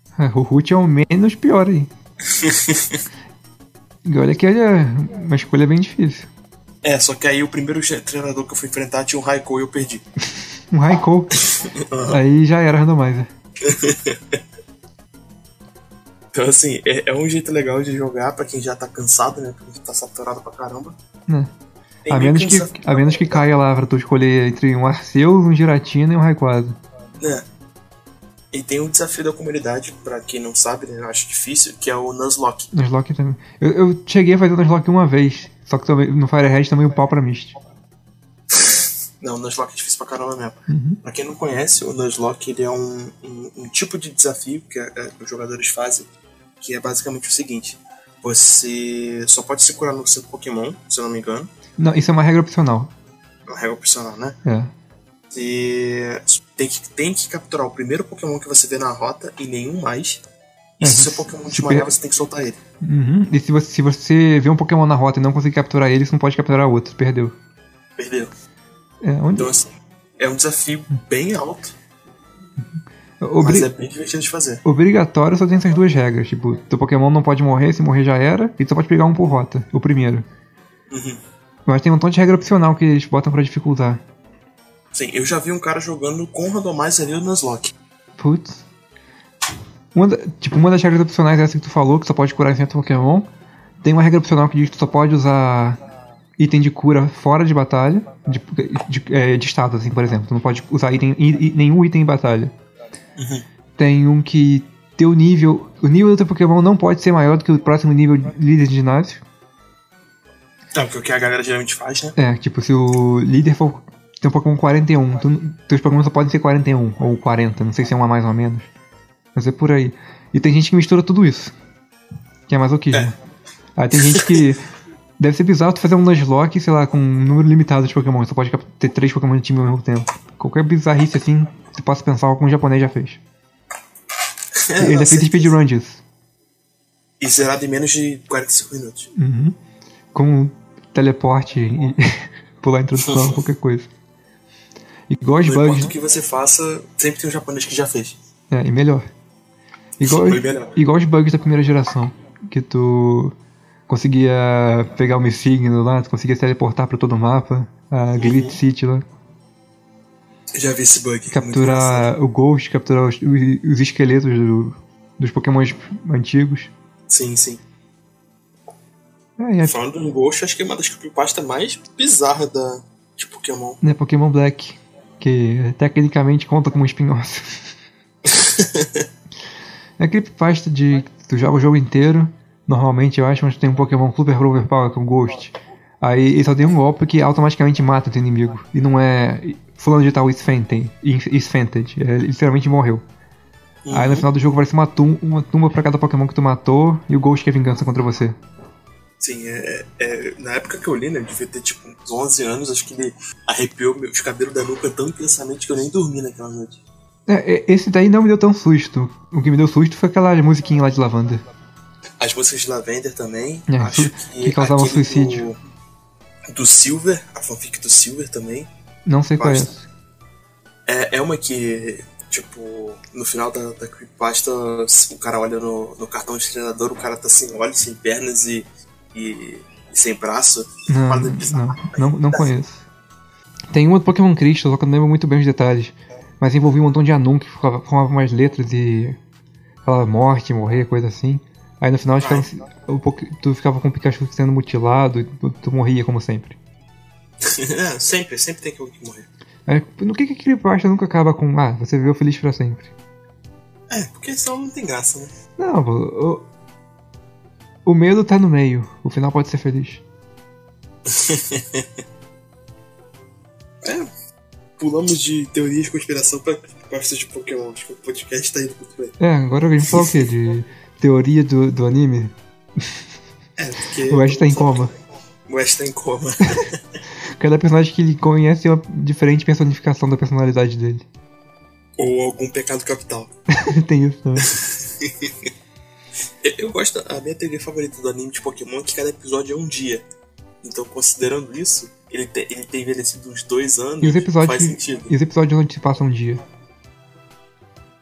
Speaker 1: [laughs] O Ruth é o menos pior
Speaker 2: [laughs]
Speaker 1: aí. e olha que é uma escolha bem difícil.
Speaker 2: É, só que aí o primeiro ge- treinador que eu fui enfrentar tinha um Raikou e eu perdi.
Speaker 1: Um
Speaker 2: [laughs]
Speaker 1: Raikou. aí já era né? randomizer.
Speaker 2: Então, assim, é, é um jeito legal de jogar pra quem já tá cansado, né? Porque tá saturado pra caramba.
Speaker 1: Né?
Speaker 2: Tem
Speaker 1: A
Speaker 2: meio
Speaker 1: menos, que,
Speaker 2: um desafio-
Speaker 1: a menos que caia lá pra tu escolher entre um Arceus, um Giratina e um Raikou.
Speaker 2: né? E tem um desafio da comunidade, pra quem não sabe, né, eu acho difícil, que é o Nuzlocke.
Speaker 1: Nuzlocke também. Eu, eu cheguei a fazer o Nuzlocke uma vez, só que também, no Firehead também o pau pra Mist.
Speaker 2: Não, o Nuzlocke é difícil pra caramba mesmo. Pra quem não conhece, o Nuzlocke ele é um, um, um tipo de desafio que é- é, os jogadores fazem, que é basicamente o seguinte. Você só pode se curar no seu Pokémon, se eu não me engano.
Speaker 1: Não, isso é uma regra opcional.
Speaker 2: É uma regra opcional, né?
Speaker 1: É.
Speaker 2: Você tem que, tem que capturar o primeiro Pokémon que você vê na rota e nenhum mais. E
Speaker 1: Uhum.
Speaker 2: se seu Pokémon
Speaker 1: Se
Speaker 2: desmaiar,
Speaker 1: per-
Speaker 2: você tem que soltar ele.
Speaker 1: Uhum. E se você, se você vê um Pokémon na rota e não conseguir capturar ele, você não pode capturar outro, perdeu.
Speaker 2: Perdeu.
Speaker 1: É, onde...
Speaker 2: Então, assim, é um desafio bem alto,
Speaker 1: Obri...
Speaker 2: mas é bem divertido de fazer.
Speaker 1: Obrigatório só tem essas duas regras, tipo, teu Pokémon não pode morrer, se morrer já era, e tu só pode pegar um por rota, o primeiro.
Speaker 2: Uhum.
Speaker 1: Mas tem um montão de regra opcional que eles botam pra dificultar.
Speaker 2: Sim, eu já vi um cara jogando com randomizer ali no Nuzlocke.
Speaker 1: Putz. Uma da- tipo, uma das regras opcionais é essa que tu falou, que só pode curar em certo Pokémon. Tem uma regra opcional que diz que tu só pode usar item de cura fora de batalha, de, de, é, de status, assim, por exemplo. Tu não pode usar item, i- i- nenhum item em batalha.
Speaker 2: Uhum.
Speaker 1: Tem um que teu nível, o nível do teu Pokémon não pode ser maior do que o próximo nível de líder de ginásio.
Speaker 2: É o que- o que a galera geralmente faz, né?
Speaker 1: É, tipo, se o líder for tem um Pokémon 41, tu, teus Pokémon só podem ser 41 ou 40, não sei se é um a mais ou a menos. Mas é por aí. E tem gente que mistura tudo isso. Que é masoquismo.
Speaker 2: É.
Speaker 1: Aí tem gente que. Deve ser bizarro tu fazer um Nuzlocke, sei lá, com um número limitado de Pokémon. Só pode cap- ter três Pokémon no time ao mesmo tempo. Qualquer bizarrice assim, tu possa pensar algum japonês já fez. [laughs] Ele
Speaker 2: não
Speaker 1: ainda fez
Speaker 2: sei.
Speaker 1: speedrun disso.
Speaker 2: E zerado em menos de 45 minutos.
Speaker 1: Uhum. Com teleporte e [laughs] pular a introdução, qualquer coisa. Igual os
Speaker 2: Não importa
Speaker 1: bugs.
Speaker 2: o que você faça, sempre tem um japonês que já fez.
Speaker 1: É, e melhor. Igual,
Speaker 2: Foi melhor.
Speaker 1: igual os bugs da primeira geração. Que tu conseguia pegar o Mifigno lá, tu conseguia se teleportar pra todo o mapa, a Glitch City lá,
Speaker 2: Eu já vi esse bug. muito engraçado.
Speaker 1: capturar o Ghost, capturar os, os esqueletos do- dos pokémons antigos.
Speaker 2: Sim, sim.
Speaker 1: É, é,
Speaker 2: Falando do Ghost, acho que é uma das creepypasta mais bizarras da, de Pokémon.
Speaker 1: né, Pokémon Black, que eh, tecnicamente conta como um spin-off. é aquele pasta de que tu joga o jogo inteiro, normalmente eu acho, mas tu tem um Pokémon super overpower que é o Ghost. Aí ele só tem um golpe que automaticamente mata o teu inimigo. E não é fulano de tal Sfented. Sfented. É, ele literalmente morreu. Aí no
Speaker 2: Uhum.
Speaker 1: final do jogo parece uma, tum uma tumba pra cada Pokémon que tu matou e o Ghost que é vingança contra você.
Speaker 2: Sim, é, é- na época que eu li, né? Eu devia ter tipo uns 11 anos, acho que ele arrepiou meus cabelos da nuca tão intensamente que eu nem dormi naquela noite.
Speaker 1: É, é, esse daí não me deu tão susto. O que me deu susto foi aquela musiquinha lá de lavanda.
Speaker 2: As músicas de Lavender também,
Speaker 1: É,
Speaker 2: acho
Speaker 1: su- [laughs]
Speaker 2: que.
Speaker 1: que causavam
Speaker 2: aquele
Speaker 1: suicídio.
Speaker 2: Do, do Silver, a fanfic do Silver também.
Speaker 1: Não sei qual é.
Speaker 2: Basta. É, é uma que, tipo, no final da, da creepypasta, o cara olha no, no cartão de treinador, o cara tá sem olhos, sem pernas e, e, e sem braço. [laughs]
Speaker 1: Não,
Speaker 2: Fala disso.
Speaker 1: não, não, não conheço. Tem um outro Pokémon Crystal, só que eu não lembro muito bem os detalhes. Mas envolvia um montão de anúncio que ficava- formava umas letras e. aquela morte, morrer, coisa assim. Aí no final eles ficavam- o Pok- tu ficava com o Pikachu sendo mutilado e tu, tu morria como sempre.
Speaker 2: é, sempre, sempre tem alguém que morrer.
Speaker 1: Aí, no que que aquele pasta nunca acaba com. Ah, você viveu feliz pra sempre.
Speaker 2: É, porque senão não tem graça, né?
Speaker 1: Não, o, o medo tá no meio. O final pode ser feliz.
Speaker 2: Pulamos de teorias de conspiração pra creepypasta de Pokémon. Acho que o podcast tá indo muito bem.
Speaker 1: É, agora a gente fala o quê? De teoria do, do anime?
Speaker 2: É, porque.
Speaker 1: O Ash tá em coma.
Speaker 2: O Ash tá em coma. [laughs]
Speaker 1: Cada personagem que ele conhece é uma diferente personificação da personalidade dele. [laughs]
Speaker 2: Ou algum pecado capital.
Speaker 1: Tem isso também.
Speaker 2: Eu, eu gosto, a minha teoria favorita do anime de Pokémon é que cada episódio é um dia. Então, considerando isso, ele, te, ele tem envelhecido uns dois anos.
Speaker 1: E os episódios.
Speaker 2: Faz sentido.
Speaker 1: E os episódios onde se passa um dia.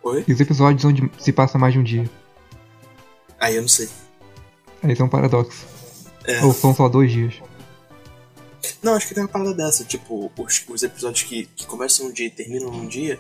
Speaker 2: Oi?
Speaker 1: E os episódios onde se passa mais de um dia.
Speaker 2: Aí eu não sei.
Speaker 1: Aí isso é um paradoxo.
Speaker 2: É.
Speaker 1: Ou são só dois dias.
Speaker 2: Não, acho que tem uma parada dessa. Tipo, os, os episódios que, que começam um dia e terminam um dia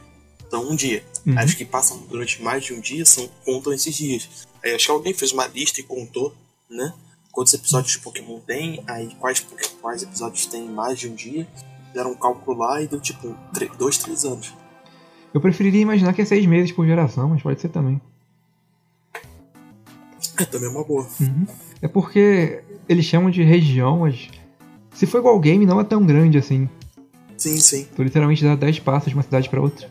Speaker 2: são um dia.
Speaker 1: Uhum.
Speaker 2: Acho que passam durante mais de um dia são, contam esses dias. Aí acho que alguém fez uma lista e contou, né? Quantos episódios de Pokémon tem, aí quais, Poké- quais episódios tem mais de um dia. Fizeram um cálculo lá e deu tipo tre- dois, três anos. [laughs]
Speaker 1: Eu preferiria imaginar que é seis meses por geração, mas pode ser também.
Speaker 2: É, também é uma boa.
Speaker 1: Uhum. É porque eles chamam de região, mas se for igual ao game, não é tão grande assim.
Speaker 2: Sim, sim.
Speaker 1: Tu literalmente dá 10 passos de uma cidade pra outra.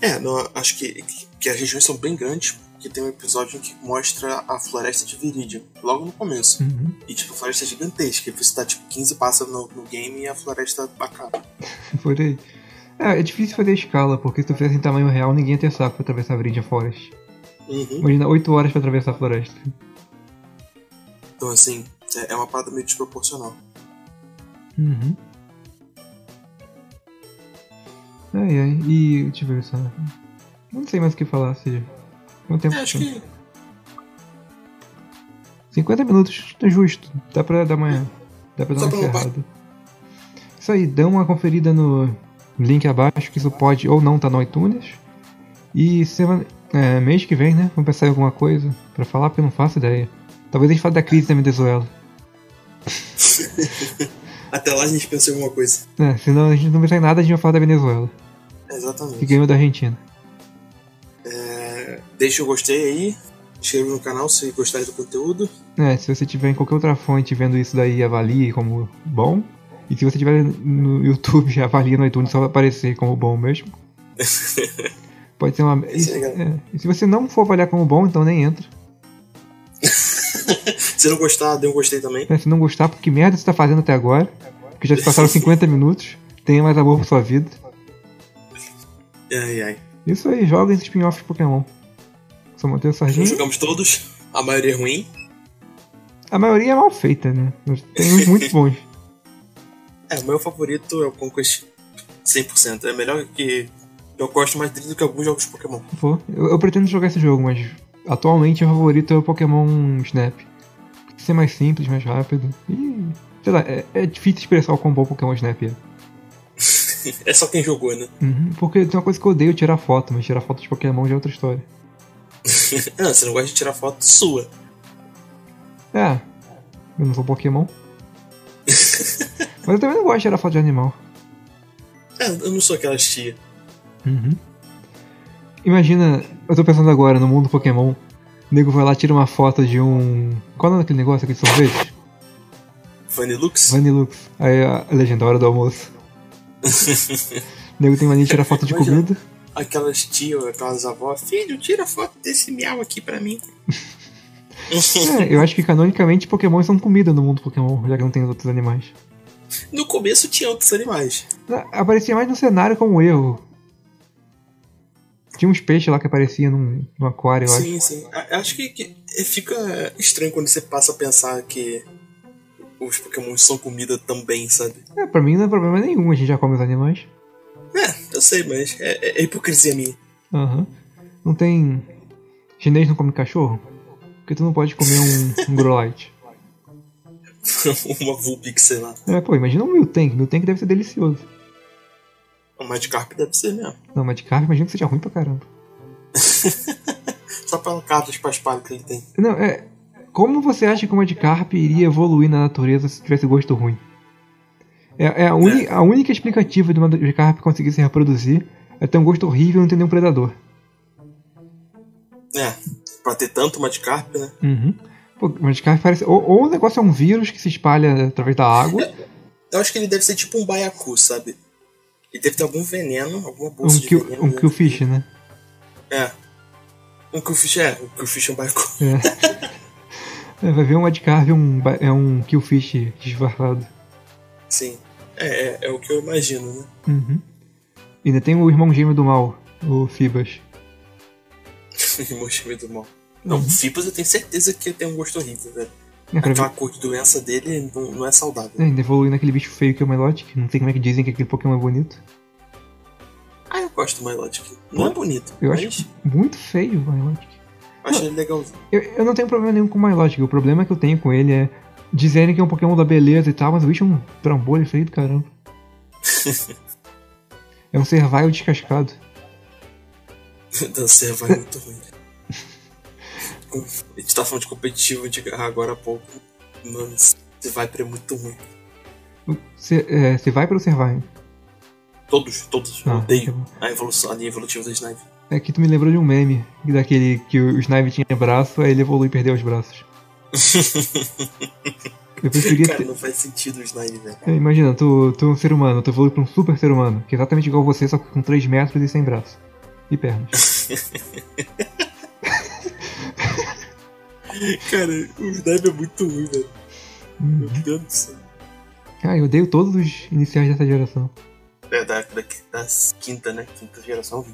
Speaker 2: É, não, acho que, que as regiões são bem grandes, porque tem um episódio em que mostra a floresta de Viridian, logo no começo.
Speaker 1: Uhum. [laughs]
Speaker 2: E, tipo, a floresta é gigantesca. Você tá, tipo, 15 passos no, no game e a floresta acaba.
Speaker 1: Por aí. É, é difícil fazer a escala, porque se tu fizesse em tamanho real, ninguém ia ter saco pra atravessar a Viridian Forest.
Speaker 2: Uhum.
Speaker 1: Imagina 8 horas pra atravessar a floresta.
Speaker 2: Então, assim, é- é uma parada meio desproporcional.
Speaker 1: Uhum. Ai, ai. E deixa eu ver só. Não sei mais o que falar, se. Quanto tempo?
Speaker 2: É, acho
Speaker 1: tem?
Speaker 2: que
Speaker 1: 50 minutos, tá justo. Dá pra dar uma. Dá pra dar
Speaker 2: Só
Speaker 1: uma
Speaker 2: pra não pa-
Speaker 1: encerrada. Isso aí, dá uma conferida no link abaixo, que isso pode ou não tá no iTunes. E semana. é, mês que vem, né? Vamos pensar em alguma coisa pra falar, porque eu não faço ideia. Talvez a gente fale da crise da Venezuela.
Speaker 2: até lá a gente pensa em alguma coisa.
Speaker 1: É, senão a gente não pensar em nada, a gente vai falar da Venezuela. Que
Speaker 2: Exatamente. É,
Speaker 1: ganhou da Argentina.
Speaker 2: Deixa o gostei aí. Inscreva no canal se gostar do conteúdo.
Speaker 1: É, se você tiver em qualquer outra fonte vendo isso daí, avalie como bom. E se você tiver no YouTube, [laughs] avalie no iTunes, só vai aparecer como bom
Speaker 2: [laughs]
Speaker 1: mesmo. Pode ser uma. E,
Speaker 2: Isso é
Speaker 1: se-
Speaker 2: legal.
Speaker 1: é, e se você não for avaliar como bom, então nem entra.
Speaker 2: Se não gostar, dê um gostei também.
Speaker 1: É, se não gostar, porque que merda você tá fazendo até agora? Porque já se passaram
Speaker 2: [laughs]
Speaker 1: 50 minutos. Tenha mais amor por sua vida.
Speaker 2: Ai, ai.
Speaker 1: Isso aí, joga esses spin-offs de Pokémon. Só manter o
Speaker 2: [laughs] Não
Speaker 1: sardinha.
Speaker 2: jogamos todos. A maioria é ruim.
Speaker 1: A maioria é mal feita, né? Mas tem uns muito bons.
Speaker 2: É, o meu favorito é o Conquest 100%. É melhor que. Eu gosto mais dele do que alguns jogos de Pokémon. [laughs]
Speaker 1: Vou. Eu, eu pretendo jogar esse jogo, mas atualmente meu favorito é o Pokémon Snap. Tem que ser mais simples, mais rápido. E. Sei lá, é, é difícil expressar o quão bom o Pokémon Snap é.
Speaker 2: É só quem jogou, né? [laughs]
Speaker 1: Uhum, porque tem uma coisa que eu odeio tirar foto, mas tirar foto de Pokémon já é outra história.
Speaker 2: Não, Ah, você não gosta de tirar foto sua.
Speaker 1: É. Eu não sou Pokémon. mas eu também não gosto de tirar foto de animal.
Speaker 2: É, eu não sou aquelas tia.
Speaker 1: Uhum. Imagina, eu tô pensando agora no mundo Pokémon. O nego vai lá, tira uma foto de um. Qual é o nome daquele negócio aqui de sorvete?
Speaker 2: Vanilux?
Speaker 1: Vanilux. Aí a legenda, hora do almoço. o nego tem mania de tirar foto de
Speaker 2: Imagina.
Speaker 1: comida.
Speaker 2: Aquelas tia, aquelas avós. Filho, tira foto desse miau aqui pra mim.
Speaker 1: É, eu acho que canonicamente Pokémon são comida no mundo Pokémon, já que não tem os outros animais.
Speaker 2: No começo tinha outros animais.
Speaker 1: Na- Aparecia mais no cenário como erro. Tinha uns peixes lá que apareciam num, num aquário, eu acho.
Speaker 2: Sim, sim. A- Acho que, que fica estranho quando você passa a pensar que os Pokémon são comida também, sabe?
Speaker 1: É, pra mim não é problema nenhum, a gente já come os animais.
Speaker 2: É, eu sei, mas é, é- é hipocrisia minha. [laughs]
Speaker 1: Aham. Não tem. Chinês não come cachorro? Porque tu não pode comer um, um Grolite.
Speaker 2: Uma Vulpix, sei lá.
Speaker 1: É, pô, imagina um Miltank. Miltank deve ser delicioso.
Speaker 2: Uma Magikarp deve ser mesmo.
Speaker 1: Não, mas de carne, imagina que seja ruim pra caramba.
Speaker 2: Só pela carta de paspalho que ele tem.
Speaker 1: Não, é. Como você acha que uma de carpe iria evoluir na natureza se tivesse gosto ruim? É, é a, uni- a única explicativa de uma de carpe conseguir se reproduzir é ter um gosto horrível e não ter nenhum predador.
Speaker 2: É, pra ter tanto Magikarp, né?
Speaker 1: Uhum. Pô, uma de carpe parece. Ou, ou o negócio é um vírus que se espalha através da água,
Speaker 2: Eu acho que ele deve ser tipo um baiacu, sabe? Ele deve ter algum veneno, alguma bolsa
Speaker 1: um,
Speaker 2: de
Speaker 1: kill,
Speaker 2: veneno.
Speaker 1: um
Speaker 2: dentro.
Speaker 1: killfish, né?
Speaker 2: É. Um Killfish é, um Killfish é um baiacu. [laughs]
Speaker 1: É. É, vai ver um Adcarve um, ba- é um Killfish disfarçado.
Speaker 2: Sim. É, é, é o que eu imagino, né? [laughs]
Speaker 1: Uhum. E ainda tem o irmão gêmeo do mal, o Fibas.
Speaker 2: Mochime do mal. Não, o Fibas eu tenho certeza que tem um gosto horrível, velho.
Speaker 1: É, pra ver-
Speaker 2: Aquela cor de doença dele não, não é saudável.
Speaker 1: é, ainda evoluindo aquele bicho feio que é o Melodic. Não sei como é que dizem que aquele Pokémon é bonito.
Speaker 2: Ah, eu gosto do Milotic. Não é bonito,
Speaker 1: Eu
Speaker 2: mas
Speaker 1: acho muito feio o Melodic.
Speaker 2: acho ele legalzinho.
Speaker 1: Eu, eu não tenho problema nenhum com o Milotic. O problema que eu tenho com ele é dizerem que é um Pokémon da beleza e tal, mas o bicho é um trambolho feio do caramba. é um Servile descascado.
Speaker 2: Dancer vai muito ruim. Com- A gente tá falando de competitivo de garra agora há pouco. Mano, esse Viper é muito ruim.
Speaker 1: Você é, você vai pelo Servile.
Speaker 2: Todos, todos. Eu
Speaker 1: Ah, tá
Speaker 2: odeio
Speaker 1: bom.
Speaker 2: a, evolução, a linha evolutiva do Snipe.
Speaker 1: É que tu me lembrou de um meme, daquele que o Snipe tinha braço, aí ele evoluiu e perdeu os braços. Eu preferia
Speaker 2: Cara,
Speaker 1: ter...
Speaker 2: não faz sentido o Snipe, velho.
Speaker 1: É, Imagina, tu, tu é um ser humano, tu evolui pra um super ser humano, que é exatamente igual você, só que com 3 metros e sem braço. E pernas.
Speaker 2: Cara, o Snipe é muito ruim, velho. Meu
Speaker 1: Uhum.
Speaker 2: Deus do céu.
Speaker 1: Ah, eu odeio todos os iniciais dessa geração.
Speaker 2: É, da, da, da quinta, né? Quinta geração.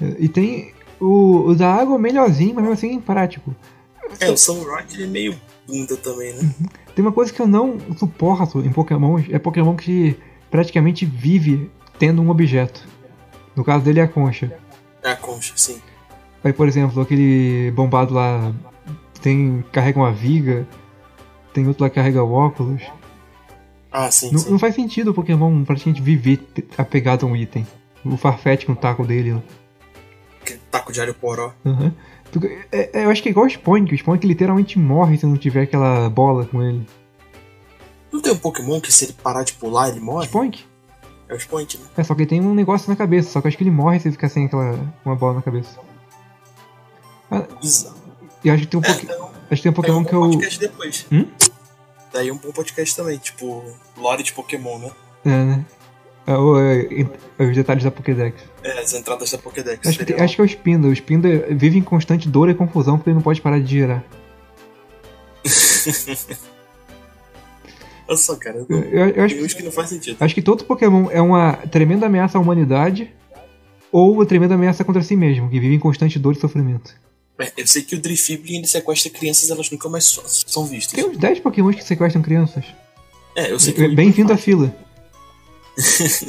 Speaker 1: É, E tem o, o da água melhorzinho, mas mesmo assim imprático.
Speaker 2: É, o Samurai ele é meio bunda também, né?
Speaker 1: Tem uma coisa que eu não suporto em Pokémon, é Pokémon que praticamente vive tendo um objeto. No caso dele é a concha.
Speaker 2: É a concha, sim.
Speaker 1: Aí, por exemplo, aquele bombado lá tem carrega uma viga, tem outro lá que carrega óculos.
Speaker 2: Ah, sim,
Speaker 1: Não,
Speaker 2: sim.
Speaker 1: não faz sentido o Pokémon praticamente viver te- apegado a um item. O Farfetch com o taco dele. lá.
Speaker 2: Aquele Taco de alho poró.
Speaker 1: Aham. Tu- é- é, eu acho que é igual o Spunk. O Spunk literalmente morre se não tiver aquela bola com ele.
Speaker 2: Não tem um Pokémon que se ele parar de pular, ele morre?
Speaker 1: Spunk?
Speaker 2: É o Spoint, né?
Speaker 1: É, só que ele tem um negócio na cabeça. Só que eu acho que ele morre se ele ficar sem aquela uma bola na cabeça.
Speaker 2: Bizarro.
Speaker 1: E acho que tem um,
Speaker 2: É,
Speaker 1: poké-
Speaker 2: então,
Speaker 1: acho que tem um
Speaker 2: daí um
Speaker 1: Pokémon
Speaker 2: bom
Speaker 1: que eu.
Speaker 2: podcast depois.
Speaker 1: Hum?
Speaker 2: Daí um bom podcast também, tipo, lore de Pokémon, né?
Speaker 1: É, né? É, o- é, os detalhes da Pokédex.
Speaker 2: É, as entradas da Pokédex.
Speaker 1: Acho que,
Speaker 2: seria
Speaker 1: tem- acho que é o Spinda. O Spinda vive em constante dor e confusão porque ele não pode parar de girar.
Speaker 2: Olha só, cara.
Speaker 1: Eu, eu- eu acho,
Speaker 2: Tem uns que não faz sentido.
Speaker 1: acho que todo Pokémon é uma tremenda ameaça à humanidade ou uma tremenda ameaça contra si mesmo, que vive em constante dor e sofrimento.
Speaker 2: É, eu sei que o Drifblin ele sequestra crianças, elas nunca mais so- são vistas.
Speaker 1: Tem uns 10 Pokémons que sequestram crianças.
Speaker 2: É, eu sei
Speaker 1: [laughs]
Speaker 2: que o [laughs]
Speaker 1: Bem-vindo à fila.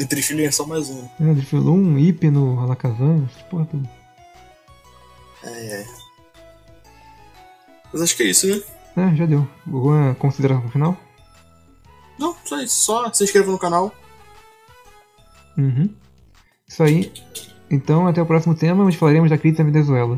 Speaker 2: o Drifblin é só mais um.
Speaker 1: É, Drifloon, Hypno, Alakazam, essas porra tudo.
Speaker 2: É, é. Mas acho que é isso, né?
Speaker 1: É, já deu. Alguma consideração final?
Speaker 2: Não, só isso. Só se inscreva no canal.
Speaker 1: Uhum. Isso aí. [laughs] Então, até o próximo tema, onde falaremos da crise da Venezuela.